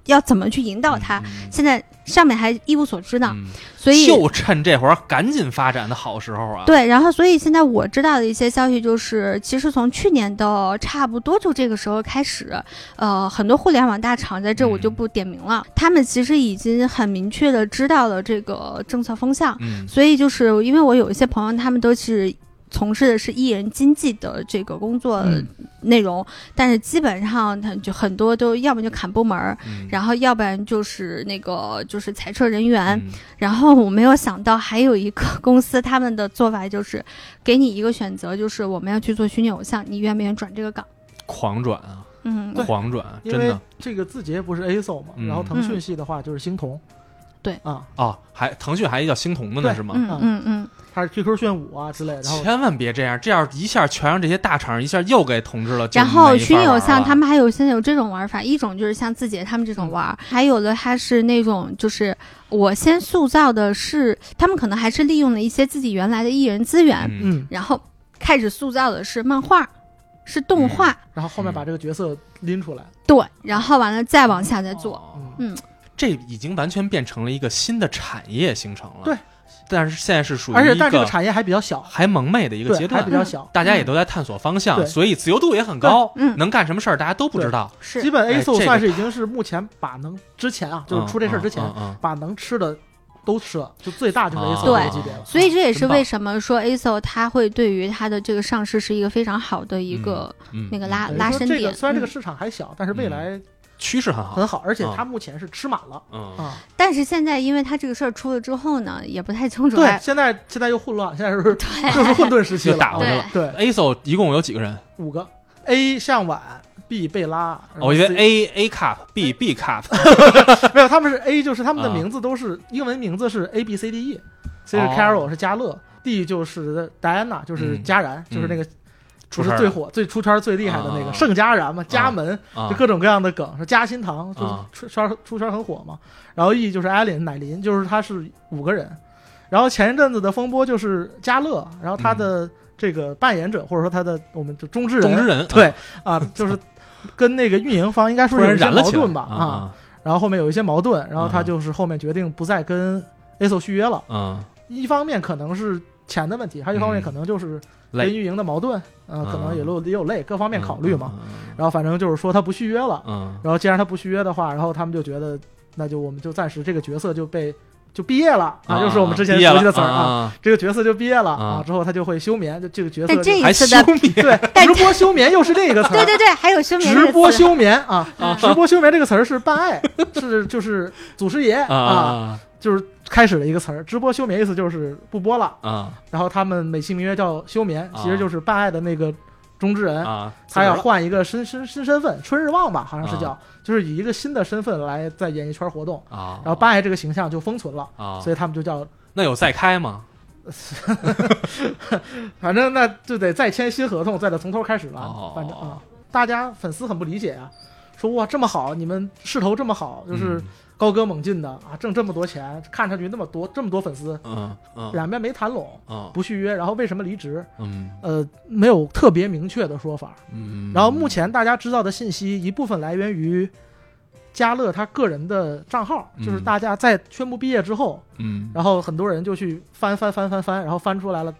[SPEAKER 2] 要怎么去引导它？现在上面还一无所知呢，
[SPEAKER 3] 嗯
[SPEAKER 2] 所以
[SPEAKER 3] 就趁这会儿赶紧发展的好时候啊！
[SPEAKER 2] 对，然后所以现在我知道的一些消息就是，其实从去年的差不多就这个时候开始，呃，很多互联网大厂在这我就
[SPEAKER 3] 嗯
[SPEAKER 2] 不点名了，他们其实已经很明确的知道了这个政策风向，
[SPEAKER 3] 嗯，
[SPEAKER 2] 所以就是因为我有一些朋友，他们都是从事的是艺人经纪的这个工作
[SPEAKER 4] 嗯
[SPEAKER 2] 内容，但是基本上他就很多都要么就砍部门儿，
[SPEAKER 3] 嗯
[SPEAKER 2] 然后要不然就是那个就是裁撤人员。
[SPEAKER 3] 嗯
[SPEAKER 2] 然后我没有想到还有一个公司，他们的做法就是给你一个选择，就是我们要去做虚拟偶像，你愿不愿意转这个岗？
[SPEAKER 3] 狂转啊，
[SPEAKER 2] 嗯，
[SPEAKER 4] 对
[SPEAKER 3] 狂转啊，
[SPEAKER 4] 因
[SPEAKER 3] 真
[SPEAKER 4] 为
[SPEAKER 3] 的
[SPEAKER 4] 这个字节不是 ASO 嘛，
[SPEAKER 3] 嗯
[SPEAKER 4] 然后腾讯系的话就是星童，
[SPEAKER 2] 对
[SPEAKER 4] 啊，
[SPEAKER 3] 哦，还腾讯还叫星童的呢
[SPEAKER 4] 对
[SPEAKER 3] 是吗？
[SPEAKER 2] 嗯嗯嗯，
[SPEAKER 4] 它是 QQ 炫舞啊之类，然后
[SPEAKER 3] 千万别这样，这样一下全让这些大厂一下又给统治了。就
[SPEAKER 2] 然后
[SPEAKER 3] 没法
[SPEAKER 2] 虚拟偶
[SPEAKER 3] 玩
[SPEAKER 2] 像
[SPEAKER 3] 了
[SPEAKER 2] 他们还有现在有这种玩法，一种就是像字节他们这种玩儿，还有的他是那种就是呃我先塑造的是他们可能还是利用了一些自己原来的艺人资源，
[SPEAKER 3] 嗯
[SPEAKER 4] 嗯，
[SPEAKER 2] 然后开始塑造的是漫画，是动画，
[SPEAKER 4] 然后
[SPEAKER 3] 嗯
[SPEAKER 4] 后面把这个角色拎出来，
[SPEAKER 2] 对，然后完了再往下再做。
[SPEAKER 3] 哦
[SPEAKER 4] 嗯，
[SPEAKER 3] 这已经完全变成了一个新的产业形成了。
[SPEAKER 4] 对，
[SPEAKER 3] 但是现在是属于
[SPEAKER 4] 而且
[SPEAKER 3] 一
[SPEAKER 4] 但是这个
[SPEAKER 3] 个
[SPEAKER 4] 产业还比较小，
[SPEAKER 3] 还蒙昧的一个
[SPEAKER 4] 对，
[SPEAKER 3] 阶
[SPEAKER 4] 还
[SPEAKER 3] 段
[SPEAKER 4] 比，较小，
[SPEAKER 3] 大家也都在探索方向，
[SPEAKER 4] 对
[SPEAKER 3] 所以自由度也很高，
[SPEAKER 2] 嗯
[SPEAKER 3] 能干什么事儿大家都不知
[SPEAKER 4] 对
[SPEAKER 3] 道。
[SPEAKER 2] 是
[SPEAKER 4] 基本
[SPEAKER 3] 哎
[SPEAKER 4] ASO
[SPEAKER 3] 这个
[SPEAKER 4] 算是已经是目前把能之前啊，就是出这事儿之前
[SPEAKER 3] 嗯，嗯
[SPEAKER 4] 把能吃的都吃了，就最大就是
[SPEAKER 3] 啊
[SPEAKER 4] ASO
[SPEAKER 2] 对
[SPEAKER 4] 这个级别了。
[SPEAKER 2] 所以这也是
[SPEAKER 3] 真棒
[SPEAKER 2] 为什么说 ASO 它会对于它的这个上市是一个非常好的一个、
[SPEAKER 3] 嗯嗯
[SPEAKER 2] 那个拉
[SPEAKER 4] 等于
[SPEAKER 2] 拉
[SPEAKER 4] 说
[SPEAKER 2] 伸
[SPEAKER 4] 这个
[SPEAKER 2] 点
[SPEAKER 4] 虽然这
[SPEAKER 2] 嗯
[SPEAKER 4] 个市场还小，但是未来
[SPEAKER 3] 趋势很好，
[SPEAKER 4] 很好，而且它
[SPEAKER 3] 嗯
[SPEAKER 4] 目前是吃满了
[SPEAKER 3] 嗯，
[SPEAKER 4] 啊。
[SPEAKER 2] 但是现在因为它这个事儿出了之后呢，也不太清楚
[SPEAKER 4] 对
[SPEAKER 2] 还，
[SPEAKER 4] 现在现在又混乱，现在是就是混沌时期
[SPEAKER 3] 又打
[SPEAKER 4] 了。
[SPEAKER 3] 过去了。
[SPEAKER 4] 对，
[SPEAKER 3] ASO 一共有几个人？
[SPEAKER 4] 五个 A 向晚，B 贝拉。然后
[SPEAKER 3] 哦我觉得
[SPEAKER 4] 嗯 C-
[SPEAKER 3] A A cup B B cup
[SPEAKER 4] 没有，他们是 A，就是他们的
[SPEAKER 3] 啊
[SPEAKER 4] 名字都是英文名字是 A B C D E，C
[SPEAKER 3] 哦
[SPEAKER 4] 是 Carol 是嘉乐，D 就是 Diana 就是
[SPEAKER 3] 嗯
[SPEAKER 4] 佳然，就是那个
[SPEAKER 3] 出
[SPEAKER 4] 不
[SPEAKER 3] 事
[SPEAKER 4] 是
[SPEAKER 3] 儿
[SPEAKER 4] 最火最出圈最厉害的那
[SPEAKER 3] 啊
[SPEAKER 4] 个盛佳然嘛，家门
[SPEAKER 3] 啊
[SPEAKER 4] 就各种各样的梗，是夹心糖，就是
[SPEAKER 3] 啊
[SPEAKER 4] 出圈出圈很火嘛。然后 E 就是艾琳奶林，就是他是五个人。然后前一阵子的风波就是嘉乐，然后他的这个扮演者或者说他的我们就中之
[SPEAKER 3] 嗯中之
[SPEAKER 4] 人
[SPEAKER 3] 人
[SPEAKER 4] 对啊，就是跟那个运营方应该
[SPEAKER 3] 突
[SPEAKER 4] 说是有
[SPEAKER 3] 然
[SPEAKER 4] 一些
[SPEAKER 3] 燃了
[SPEAKER 4] 矛
[SPEAKER 3] 起来
[SPEAKER 4] 盾吧啊，
[SPEAKER 3] 啊
[SPEAKER 4] 然后后面有一些矛盾，然后
[SPEAKER 3] 啊
[SPEAKER 4] 他就是后面决定不再跟 ASO 续约了。
[SPEAKER 3] 嗯，
[SPEAKER 4] 一方面可能是钱的问题，还有一方面
[SPEAKER 3] 嗯
[SPEAKER 4] 可能就是跟
[SPEAKER 3] 累啊
[SPEAKER 4] 运营的矛盾，嗯、可能也有也有累，各方面考虑嘛。，
[SPEAKER 3] 嗯
[SPEAKER 4] 然后反正就是说他不续约了，
[SPEAKER 3] 嗯
[SPEAKER 4] 然后既然他不续约的话，然后他们就觉得那就我们就暂时这个角色就被就毕业了
[SPEAKER 3] 嗯，
[SPEAKER 4] 啊，就是我们之前
[SPEAKER 3] 毕业
[SPEAKER 4] 熟悉
[SPEAKER 3] 了
[SPEAKER 4] 的词儿啊，
[SPEAKER 3] 啊，
[SPEAKER 4] 这个角色就毕业了
[SPEAKER 3] 啊
[SPEAKER 4] 啊，之后他就会休眠，就这个角色
[SPEAKER 2] 但这
[SPEAKER 4] 就
[SPEAKER 2] 一
[SPEAKER 3] 还
[SPEAKER 2] 次
[SPEAKER 3] 休
[SPEAKER 2] 的
[SPEAKER 3] 眠
[SPEAKER 4] 对
[SPEAKER 2] 但
[SPEAKER 4] 直播休眠又是另一个词
[SPEAKER 2] 对
[SPEAKER 4] 儿。
[SPEAKER 2] 对对，还有休眠这个
[SPEAKER 4] 直播
[SPEAKER 2] 词
[SPEAKER 4] 休眠啊
[SPEAKER 2] 啊，
[SPEAKER 4] 直播休眠这个词儿是办爱， 是就是祖师爷 啊，
[SPEAKER 3] 啊
[SPEAKER 4] 就是开始的一个词儿。直播休眠意思就是不播了，
[SPEAKER 3] 啊
[SPEAKER 4] 然后他们美其名曰叫休眠，
[SPEAKER 3] 啊
[SPEAKER 4] 其实就是办爱的那个中之人，
[SPEAKER 3] 啊，
[SPEAKER 4] 哎他要
[SPEAKER 3] 自个
[SPEAKER 4] 换一个身身新身份，春日望吧，好像是叫，
[SPEAKER 3] 啊
[SPEAKER 4] 就是以一个新的身份来在演艺圈活动，
[SPEAKER 3] 儿啊，
[SPEAKER 4] 然后八爷这个形象就封存了，
[SPEAKER 3] 啊，
[SPEAKER 4] 所以他们就叫，
[SPEAKER 3] 那有再开吗？
[SPEAKER 4] 反正那就得再签新合同，再得从头开始了，
[SPEAKER 3] 哦
[SPEAKER 4] 反正啊、大家粉丝很不理解啊，说哇这么好，你们势头这么好，
[SPEAKER 3] 嗯
[SPEAKER 4] 就是高歌猛进的啊，挣这么多钱，看上去那么多这么多粉丝，
[SPEAKER 3] 嗯嗯
[SPEAKER 4] 两边没谈拢，
[SPEAKER 3] 嗯
[SPEAKER 4] 不续约，然后为什么离职？
[SPEAKER 3] 嗯
[SPEAKER 4] 呃，没有特别明确的说法，
[SPEAKER 3] 嗯，
[SPEAKER 4] 然后目前大家知道的信息，一部分来源于嘉乐他个人的账号，
[SPEAKER 3] 嗯
[SPEAKER 4] 就是大家在宣布毕业之后，
[SPEAKER 3] 嗯
[SPEAKER 4] 然后很多人就去翻翻翻翻翻，然后翻出来了，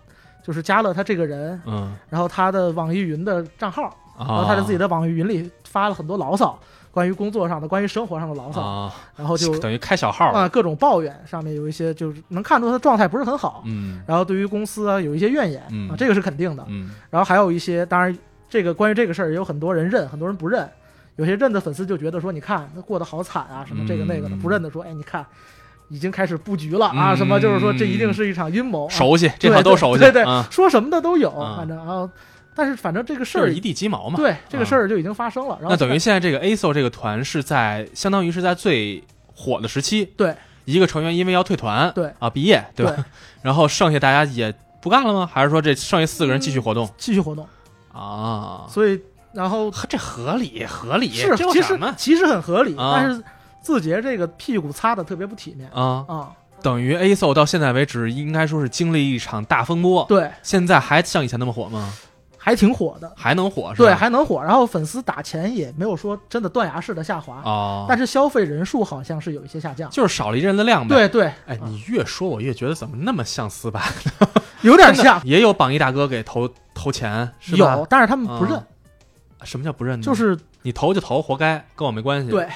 [SPEAKER 4] 就是嘉乐他这个人，
[SPEAKER 3] 嗯，啊
[SPEAKER 4] 然后他的网易云的账号，
[SPEAKER 3] 然
[SPEAKER 4] 然后他在自己
[SPEAKER 3] 的
[SPEAKER 4] 的网易云里发了很多牢骚，关于工作上的，关于生活上的牢骚，
[SPEAKER 3] 啊，
[SPEAKER 4] 然后就
[SPEAKER 3] 等于开小号
[SPEAKER 4] 啊
[SPEAKER 3] 了，
[SPEAKER 4] 各种抱怨，上面有一些就是能看出他的状态不是很好，
[SPEAKER 3] 嗯
[SPEAKER 4] 然后对于公司啊有一些怨言
[SPEAKER 3] 嗯
[SPEAKER 4] 啊，这个是肯定的。
[SPEAKER 3] 嗯
[SPEAKER 4] 然后还有一些，当然这个关于这个事儿也有很多人认，很多人不认。有些认的粉丝就觉得说，你看他过得好惨啊，什么这个那个的；
[SPEAKER 3] 嗯
[SPEAKER 4] 不认的说，哎，你看已经开始布局了啊，什么就是说这一定是一场阴谋、啊。
[SPEAKER 3] 熟悉，这
[SPEAKER 4] 对
[SPEAKER 3] 套都
[SPEAKER 4] 对
[SPEAKER 3] 熟悉，
[SPEAKER 4] 对对
[SPEAKER 3] 啊，
[SPEAKER 4] 说什么的都有，
[SPEAKER 3] 啊
[SPEAKER 4] 反正啊，但是反正这个事
[SPEAKER 3] 这
[SPEAKER 4] 儿
[SPEAKER 3] 是一地鸡毛嘛。
[SPEAKER 4] 对这
[SPEAKER 3] 啊
[SPEAKER 4] 个事儿就已经发生了。然后
[SPEAKER 3] 那等于现在这个 ASO 这个团是在相当于是在最火的时期，
[SPEAKER 4] 对，
[SPEAKER 3] 一个成员因为要退团，
[SPEAKER 4] 对
[SPEAKER 3] 啊，毕业，
[SPEAKER 4] 对
[SPEAKER 3] 吧？然后剩下大家也不干了吗？还是说这剩下四个人继续活动
[SPEAKER 4] 继续活动，
[SPEAKER 3] 啊？
[SPEAKER 4] 嗯所以然后
[SPEAKER 3] 呵这合理合理，
[SPEAKER 4] 是
[SPEAKER 3] 这有
[SPEAKER 4] 其
[SPEAKER 3] 什
[SPEAKER 4] 实
[SPEAKER 3] 么
[SPEAKER 4] 其实很合理，
[SPEAKER 3] 啊
[SPEAKER 4] 但是字节这个屁股擦的特别不体面
[SPEAKER 3] 啊，
[SPEAKER 4] 啊。
[SPEAKER 3] 等于 A SO 到现在为止，应该说是经历一场大风波。
[SPEAKER 4] 对，
[SPEAKER 3] 现在还像以前那么火吗？
[SPEAKER 4] 还挺火的，
[SPEAKER 3] 还能火是吧？
[SPEAKER 4] 对，还能火。然后粉丝打钱也没有说真的断崖式的下滑，
[SPEAKER 3] 哦，
[SPEAKER 4] 但是消费人数好像是有一些下降。
[SPEAKER 3] 就是少了一人的量呗。
[SPEAKER 4] 对对，
[SPEAKER 3] 哎，
[SPEAKER 4] 啊
[SPEAKER 3] 你越说我越觉得怎么那么像丝 吧？
[SPEAKER 4] 有点
[SPEAKER 3] 真的
[SPEAKER 4] 像，
[SPEAKER 3] 也有榜一大哥给投投钱，是吧？嗯
[SPEAKER 4] 有，但是他们不认，
[SPEAKER 3] 什么叫不认呢？
[SPEAKER 4] 就是
[SPEAKER 3] 你投就投，活该，跟我没关系。
[SPEAKER 4] 对，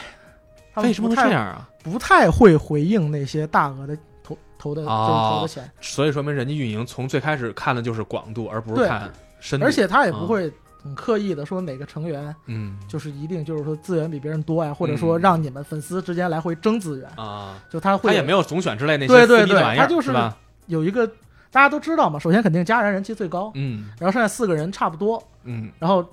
[SPEAKER 4] 他们
[SPEAKER 3] 为什么会
[SPEAKER 4] 不太
[SPEAKER 3] 这？样啊？
[SPEAKER 4] 不太会回应那些大额的投投的、
[SPEAKER 3] 哦
[SPEAKER 4] 就是投的钱，
[SPEAKER 3] 所以说明人家运营从最开始看的就是广度，而不是
[SPEAKER 4] 对
[SPEAKER 3] 看深度。
[SPEAKER 4] 而，且他也不
[SPEAKER 3] 嗯
[SPEAKER 4] 会很刻意的说哪个成员
[SPEAKER 3] 嗯
[SPEAKER 4] 就是一定就是说资源比别人多呀，或者说
[SPEAKER 3] 嗯
[SPEAKER 4] 让你们粉丝之间来回争资源，
[SPEAKER 3] 啊，
[SPEAKER 4] 就他会
[SPEAKER 3] 他也没有总选之类那些
[SPEAKER 4] 对对
[SPEAKER 3] 撕逼的
[SPEAKER 4] 对
[SPEAKER 3] 玩意儿，
[SPEAKER 4] 他就是
[SPEAKER 3] 是吧？
[SPEAKER 4] 有一个大家都知道嘛，首先肯定家人人气最高，
[SPEAKER 3] 嗯
[SPEAKER 4] 然后剩下四个人差不多，
[SPEAKER 3] 嗯
[SPEAKER 4] 然后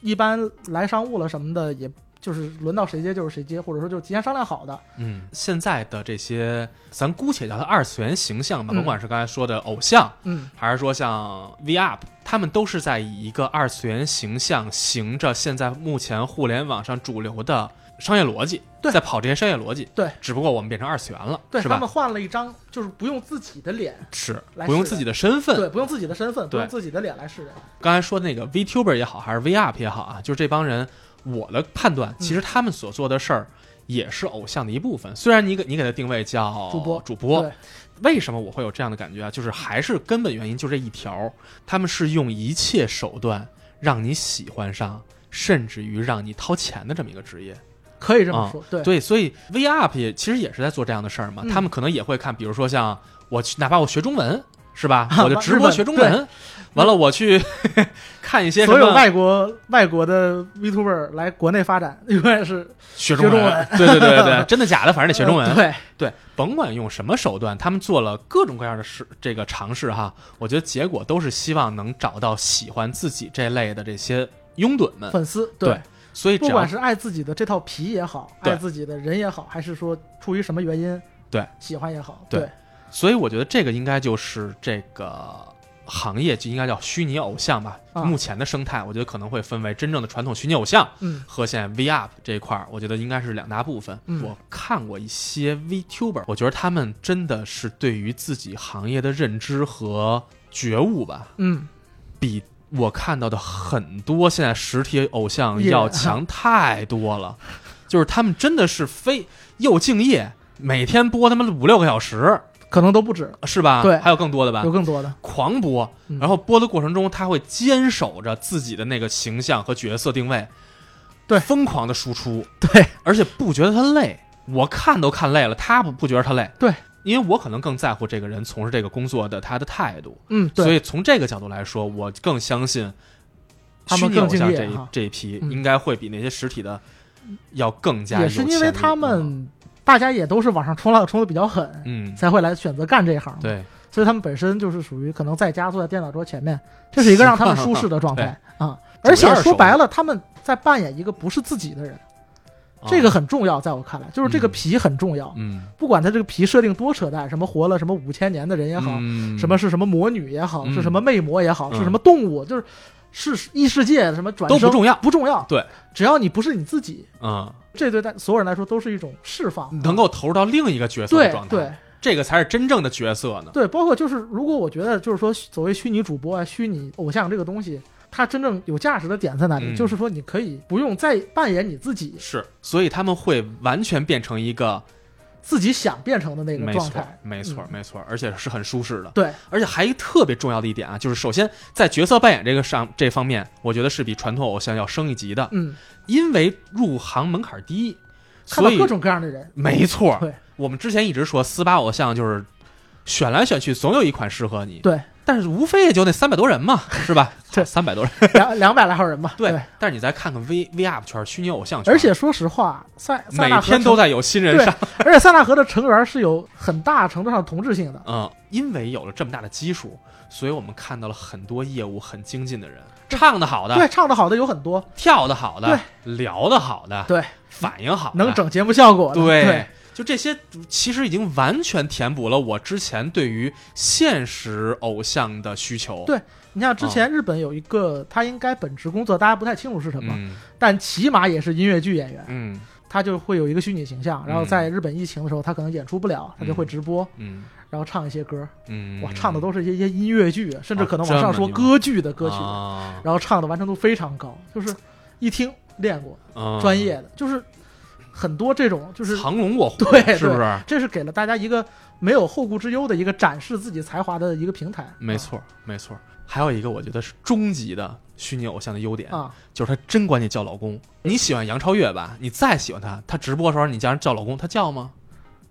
[SPEAKER 4] 一般来商务了什么的也。就是轮到谁接就是谁接，或者说就是提前商量好的，
[SPEAKER 3] 嗯。现在的这些，咱姑且叫它二次元形象吧，
[SPEAKER 4] 嗯
[SPEAKER 3] 甭管是刚才说的偶像，
[SPEAKER 4] 嗯，
[SPEAKER 3] 还是说像 V Up，他们都是在以一个二次元形象行着现在目前互联网上主流的商业逻辑，
[SPEAKER 4] 对
[SPEAKER 3] 在跑这些商业逻辑。
[SPEAKER 4] 对，
[SPEAKER 3] 只不过我们变成二次元了，
[SPEAKER 4] 对
[SPEAKER 3] 是
[SPEAKER 4] 他
[SPEAKER 3] 吧
[SPEAKER 4] 们？换了一张，就是不用自己的脸，
[SPEAKER 3] 是
[SPEAKER 4] 来
[SPEAKER 3] 不用
[SPEAKER 4] 试
[SPEAKER 3] 自
[SPEAKER 4] 的
[SPEAKER 3] 己的身份。
[SPEAKER 4] 对，不用自己的身份，不
[SPEAKER 3] 对
[SPEAKER 4] 用自己的脸来示人，
[SPEAKER 3] 刚才说那个 VTuber 也好，还是 VUP 也好啊，就是这帮人，我的判断，
[SPEAKER 4] 嗯
[SPEAKER 3] 其实他们所做的事儿。也是偶像的一部分，虽然你给你给他定位叫
[SPEAKER 4] 主播
[SPEAKER 3] 主播，
[SPEAKER 4] 对
[SPEAKER 3] 为什么我会有这样的感觉啊？就是还是根本原因就这一条，他们是用一切手段让你喜欢上，甚至于让你掏钱的这么一个职业。
[SPEAKER 4] 可以这么
[SPEAKER 3] 啊
[SPEAKER 4] 说，对，
[SPEAKER 3] 对，所以 V Up 也其实也是在做这样的事儿嘛。
[SPEAKER 4] 嗯
[SPEAKER 3] 他们可能也会看，比如说像我去，哪怕我学中文是 吧，
[SPEAKER 4] 啊
[SPEAKER 3] 我就直
[SPEAKER 4] 日
[SPEAKER 3] 播
[SPEAKER 4] 本
[SPEAKER 3] 学中文，完了我去 看一些什
[SPEAKER 4] 所有
[SPEAKER 3] 么
[SPEAKER 4] 外国外国的 VTuber 来国内发展，永远是
[SPEAKER 3] 学中文，
[SPEAKER 4] 学中文
[SPEAKER 3] 对对对对，真的假的，反正得学中文。
[SPEAKER 4] 呃 对，
[SPEAKER 3] 对，甭管用什么手段，他们做了各种各样的试这个尝试哈，我觉得结果都是希望能找到喜欢自己这类的这些拥趸们。
[SPEAKER 4] 粉丝
[SPEAKER 3] 对所以只
[SPEAKER 4] 不
[SPEAKER 3] 要
[SPEAKER 4] 管是爱自己的这套皮也好，
[SPEAKER 3] 对
[SPEAKER 4] 爱自己的人也好，还是说出于什么原因
[SPEAKER 3] 对
[SPEAKER 4] 喜欢也好，
[SPEAKER 3] 对
[SPEAKER 4] 对
[SPEAKER 3] 所以我觉得这个应该就是这个行业就应该叫虚拟偶像吧。
[SPEAKER 4] 啊
[SPEAKER 3] 目前的生态，我觉得可能会分为真正的传统虚拟偶像
[SPEAKER 4] 嗯
[SPEAKER 3] 和现在 V Up 这一块儿，我觉得应该是两大部分。
[SPEAKER 4] 嗯
[SPEAKER 3] 我看过一些 VTuber，我觉得他们真的是对于自己行业的认知和觉悟吧，
[SPEAKER 4] 嗯，
[SPEAKER 3] 比我看到的很多现在实体偶像要强太多 了，就是他们真的是非又敬业，每天播他妈五六个小时，
[SPEAKER 4] 可能都不止，
[SPEAKER 3] 是吧？
[SPEAKER 4] 对
[SPEAKER 3] 还有更多的吧
[SPEAKER 4] 有，更多的，
[SPEAKER 3] 狂播，
[SPEAKER 4] 嗯
[SPEAKER 3] 然后播的过程中他会坚守着自己的那个形象和角色定位，
[SPEAKER 4] 对
[SPEAKER 3] 疯狂的输出，
[SPEAKER 4] 对，
[SPEAKER 3] 而且不觉得他累，我看都看累了，他不不觉得他累，
[SPEAKER 4] 对，
[SPEAKER 3] 因为我可能更在乎这个人从事这个工作的他的态度，
[SPEAKER 4] 嗯，
[SPEAKER 3] 所
[SPEAKER 4] 对，
[SPEAKER 3] 以从这个角度来说，我更相信
[SPEAKER 4] 他们
[SPEAKER 3] 虚拟偶
[SPEAKER 4] 更敬
[SPEAKER 3] 像
[SPEAKER 4] 业
[SPEAKER 3] 这一
[SPEAKER 4] 哈
[SPEAKER 3] 这一批
[SPEAKER 4] 嗯
[SPEAKER 3] 应该会比那些实体的要更加有
[SPEAKER 4] 也是因
[SPEAKER 3] 潜
[SPEAKER 4] 为
[SPEAKER 3] 力
[SPEAKER 4] 他们大家也都是往上冲浪冲的比较狠，
[SPEAKER 3] 嗯，
[SPEAKER 4] 才会来选择干这一行，，
[SPEAKER 3] 对，
[SPEAKER 4] 所以他们本身就是属于可能在家坐在电脑桌前面，这是一个让他们舒适 的状态
[SPEAKER 3] 哎
[SPEAKER 4] 啊。而且说白了，他们在扮演一个不是自己的人，这个
[SPEAKER 3] 啊
[SPEAKER 4] 很重要，在我看来，就是这个
[SPEAKER 3] 嗯
[SPEAKER 4] 皮很重要。
[SPEAKER 3] 嗯
[SPEAKER 4] 不管他这个皮设定多扯淡，什么活了什么五千年的人也好，
[SPEAKER 3] 嗯
[SPEAKER 4] 什么是什么魔女也好，
[SPEAKER 3] 嗯
[SPEAKER 4] 是什么魅魔也好，
[SPEAKER 3] 嗯
[SPEAKER 4] 是什么动物，就是是异世界什么转
[SPEAKER 3] 都
[SPEAKER 4] 生
[SPEAKER 3] 不重要，
[SPEAKER 4] 不重要，
[SPEAKER 3] 对，
[SPEAKER 4] 只要你不是你自己，
[SPEAKER 3] 嗯，
[SPEAKER 4] 这对大所有人来说都是一种释放，啊
[SPEAKER 3] 能够投入到另一个角色的
[SPEAKER 4] 对
[SPEAKER 3] 状态，
[SPEAKER 4] 对
[SPEAKER 3] 这个才是真正的角色呢。
[SPEAKER 4] 对，包括就是如果我觉得就是说所谓虚拟主播啊、虚拟偶像这个东西。它真正有价值的点在哪里？
[SPEAKER 3] 嗯
[SPEAKER 4] 就是说，你可以不用再扮演你自己，
[SPEAKER 3] 是，所以他们会完全变成一个，
[SPEAKER 4] 自己想变成的那个
[SPEAKER 3] 没
[SPEAKER 4] 状
[SPEAKER 3] 错
[SPEAKER 4] 态，。
[SPEAKER 3] 没错，
[SPEAKER 4] 嗯
[SPEAKER 3] 没错，而且是很舒适的。
[SPEAKER 4] 对，
[SPEAKER 3] 而且还一个特别重要的一点啊，就是首先在角色扮演这个上这方面，我觉得是比传统偶像要升一级的。
[SPEAKER 4] 嗯，
[SPEAKER 3] 因为入行门槛低，
[SPEAKER 4] 看
[SPEAKER 3] 所
[SPEAKER 4] 到
[SPEAKER 3] 以
[SPEAKER 4] 各种各样的人，
[SPEAKER 3] 没 错
[SPEAKER 4] 对。
[SPEAKER 3] 我们之前一直说四八偶像就是选来选去，总有一款适合你。
[SPEAKER 4] 对，
[SPEAKER 3] 但是无非也就那三百多人嘛，是吧？
[SPEAKER 4] 对
[SPEAKER 3] 三百多人。
[SPEAKER 4] 两两百来号人吧。
[SPEAKER 3] 对，但是你再看看 V V Up 圈、虚拟偶像圈，
[SPEAKER 4] 而且说实话，塞塞纳
[SPEAKER 3] 每
[SPEAKER 4] 河
[SPEAKER 3] 天
[SPEAKER 4] 成
[SPEAKER 3] 都在有新人
[SPEAKER 4] 对
[SPEAKER 3] 上。
[SPEAKER 4] 而且塞纳河的成员是有很大程度上同质性的，
[SPEAKER 3] 嗯，因为有了这么大的基数，所以我们看到了很多业务很精进的人，唱的好
[SPEAKER 4] 对，
[SPEAKER 3] 的，
[SPEAKER 4] 唱的好的有很多，
[SPEAKER 3] 跳的好的，聊的好的，
[SPEAKER 4] 对，
[SPEAKER 3] 反应好的，
[SPEAKER 4] 能整节目效果的，
[SPEAKER 3] 对，
[SPEAKER 4] 对
[SPEAKER 3] 就这些，其实已经完全填补了我之前对于现实偶像的需求。
[SPEAKER 4] 对你像之
[SPEAKER 3] 啊
[SPEAKER 4] 前日本有一个，他应该本职工作大家不太清楚是什么，
[SPEAKER 3] 嗯
[SPEAKER 4] 但起码也是音乐剧演员。
[SPEAKER 3] 嗯
[SPEAKER 4] 他就会有一个虚拟形象，然后在日本疫情的时候，他可能演出不了，他就会直播，
[SPEAKER 3] 嗯
[SPEAKER 4] 然后唱一些歌，
[SPEAKER 3] 嗯，
[SPEAKER 4] 哇，唱的都是一些音乐剧，甚至可能
[SPEAKER 3] 哦
[SPEAKER 4] 往上说
[SPEAKER 3] 这么
[SPEAKER 4] 歌剧的歌曲，
[SPEAKER 3] 啊
[SPEAKER 4] 然后唱的完成度非常高，就是一听练过，
[SPEAKER 3] 嗯
[SPEAKER 4] 专业的，就是很多这种就是
[SPEAKER 3] 藏龙卧虎，
[SPEAKER 4] 对对
[SPEAKER 3] 是不是？
[SPEAKER 4] 这是给了大家一个没有后顾之忧的一个展示自己才华的一个平台。
[SPEAKER 3] 没错，没错。还有一个我觉得是终极的虚拟偶像的优点，
[SPEAKER 4] 啊，
[SPEAKER 3] 就是他真管你叫老公。你喜欢杨超越吧？你再喜欢他，他直播的时候你叫人叫老公，他叫吗？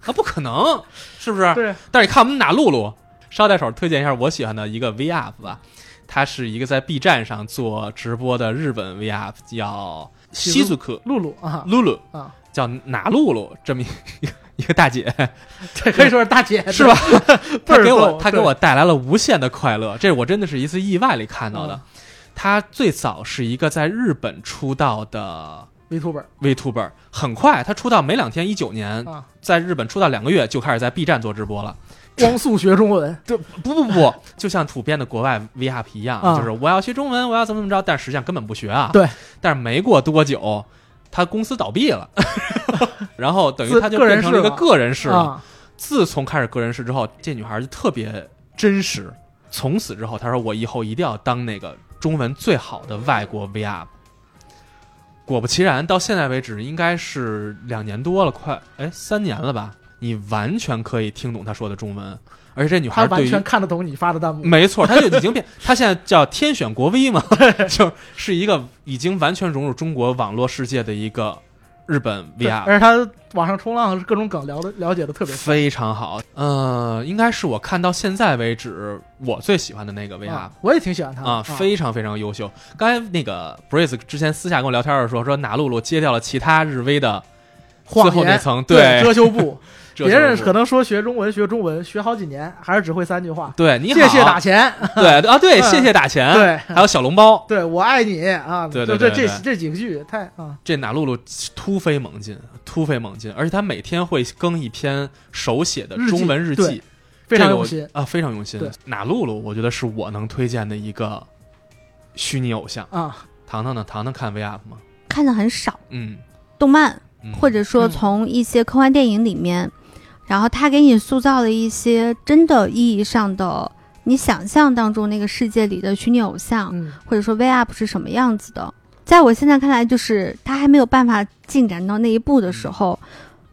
[SPEAKER 3] 啊，不可能，是不是
[SPEAKER 4] 啊？对，
[SPEAKER 3] 但是你看我们哪露露，捎带手推荐一下我喜欢的一个 V UP 吧，它是一个在 B 站上做直播的日本 V UP，叫西
[SPEAKER 4] 西
[SPEAKER 3] 祖
[SPEAKER 4] 族
[SPEAKER 3] 克
[SPEAKER 4] 露露啊
[SPEAKER 3] 露露，
[SPEAKER 4] 啊，
[SPEAKER 3] 叫哪露露这么一一个 大姐，
[SPEAKER 4] 这可以说是大 姐
[SPEAKER 3] 是吧？
[SPEAKER 4] 倍
[SPEAKER 3] 她
[SPEAKER 4] 儿
[SPEAKER 3] 给我
[SPEAKER 4] 逗
[SPEAKER 3] 她给
[SPEAKER 4] 对
[SPEAKER 3] 我带来了无限的快乐，这我真的是一次意外里看到
[SPEAKER 4] 嗯
[SPEAKER 3] 的。她最早是一个在日本出道的。
[SPEAKER 4] ？Vtuber
[SPEAKER 3] Vtuber 很快，她出道没两天，一九年
[SPEAKER 4] 啊，
[SPEAKER 3] 在日本出道两个月就开始在 B 站做直播了。
[SPEAKER 4] 光速学中 文，
[SPEAKER 3] 对，不不不，就像普遍的国外 VIP 一样，
[SPEAKER 4] 啊
[SPEAKER 3] 就是我要学中文，我要怎么怎么着，但实际上根本不学啊。
[SPEAKER 4] 对，
[SPEAKER 3] 但是没过多久，他公司倒 闭了，然后等于
[SPEAKER 4] 自
[SPEAKER 3] 他就
[SPEAKER 4] 个人
[SPEAKER 3] 变成了一
[SPEAKER 4] 式
[SPEAKER 3] 个
[SPEAKER 4] 了
[SPEAKER 3] 个人式了。
[SPEAKER 4] 啊，
[SPEAKER 3] 自从开始个人式之后，这女孩就特别真实。从此之后，她说我以后一定要当那个中文最好的外国 VIP。果不其然，到现在为止应该是两年多了，快哎三年了吧。你完全可以听懂她说的中文，而且这女
[SPEAKER 4] 她
[SPEAKER 3] 孩对
[SPEAKER 4] 完
[SPEAKER 3] 于
[SPEAKER 4] 全看得懂你发的弹幕，
[SPEAKER 3] 没错，他就已经变，他现在叫天选国威嘛， 就是是一个已经完全融入中国网络世界的一个日本
[SPEAKER 4] 对
[SPEAKER 3] VR，
[SPEAKER 4] 而且她网上冲浪各种梗聊的了解的特别
[SPEAKER 3] 非常好。呃，应该是我看到现在为止我最喜欢的那个 VR
[SPEAKER 4] 啊。我也挺喜欢她的
[SPEAKER 3] 啊，非常非常优秀。刚才那个 Breeze 之前私下跟我聊天的时候说，拿露露揭掉了其他日威的
[SPEAKER 4] 谎
[SPEAKER 3] 最后那
[SPEAKER 4] 言
[SPEAKER 3] 层，
[SPEAKER 4] 对遮羞 布，
[SPEAKER 3] 这
[SPEAKER 4] 别人
[SPEAKER 3] 就是
[SPEAKER 4] 可能说学中文学中文学好几年，还是只会三句话，
[SPEAKER 3] 对你好，
[SPEAKER 4] 谢谢打钱，
[SPEAKER 3] 对啊对，
[SPEAKER 4] 嗯
[SPEAKER 3] 谢谢打钱，
[SPEAKER 4] 对
[SPEAKER 3] 还有小笼包，
[SPEAKER 4] 对我爱你啊，
[SPEAKER 3] 对
[SPEAKER 4] 就
[SPEAKER 3] 对
[SPEAKER 4] 这
[SPEAKER 3] 对
[SPEAKER 4] 这
[SPEAKER 3] 对
[SPEAKER 4] 这几个句太啊，
[SPEAKER 3] 这哪露露突飞猛进，突飞猛进，而且他每天会更一篇手写的中文日
[SPEAKER 4] 日记
[SPEAKER 3] 记，
[SPEAKER 4] 非常
[SPEAKER 3] 这个我
[SPEAKER 4] 用心
[SPEAKER 3] 啊，非常用心
[SPEAKER 4] 对。
[SPEAKER 3] 哪露露，我觉得是我能推荐的一个虚拟偶像。
[SPEAKER 4] 啊，
[SPEAKER 3] 糖糖呢？糖糖看 VUP 吗？
[SPEAKER 2] 看的很少，
[SPEAKER 3] 嗯，
[SPEAKER 2] 动漫
[SPEAKER 3] 嗯
[SPEAKER 2] 或者说
[SPEAKER 4] 嗯
[SPEAKER 2] 从一些科幻电影里面，然后他给你塑造了一些真的意义上的你想象当中那个世界里的虚拟偶像，
[SPEAKER 4] 嗯，
[SPEAKER 2] 或者说 V up 是什么样子的。在我现在看来，就是他还没有办法进展到那一步的时候，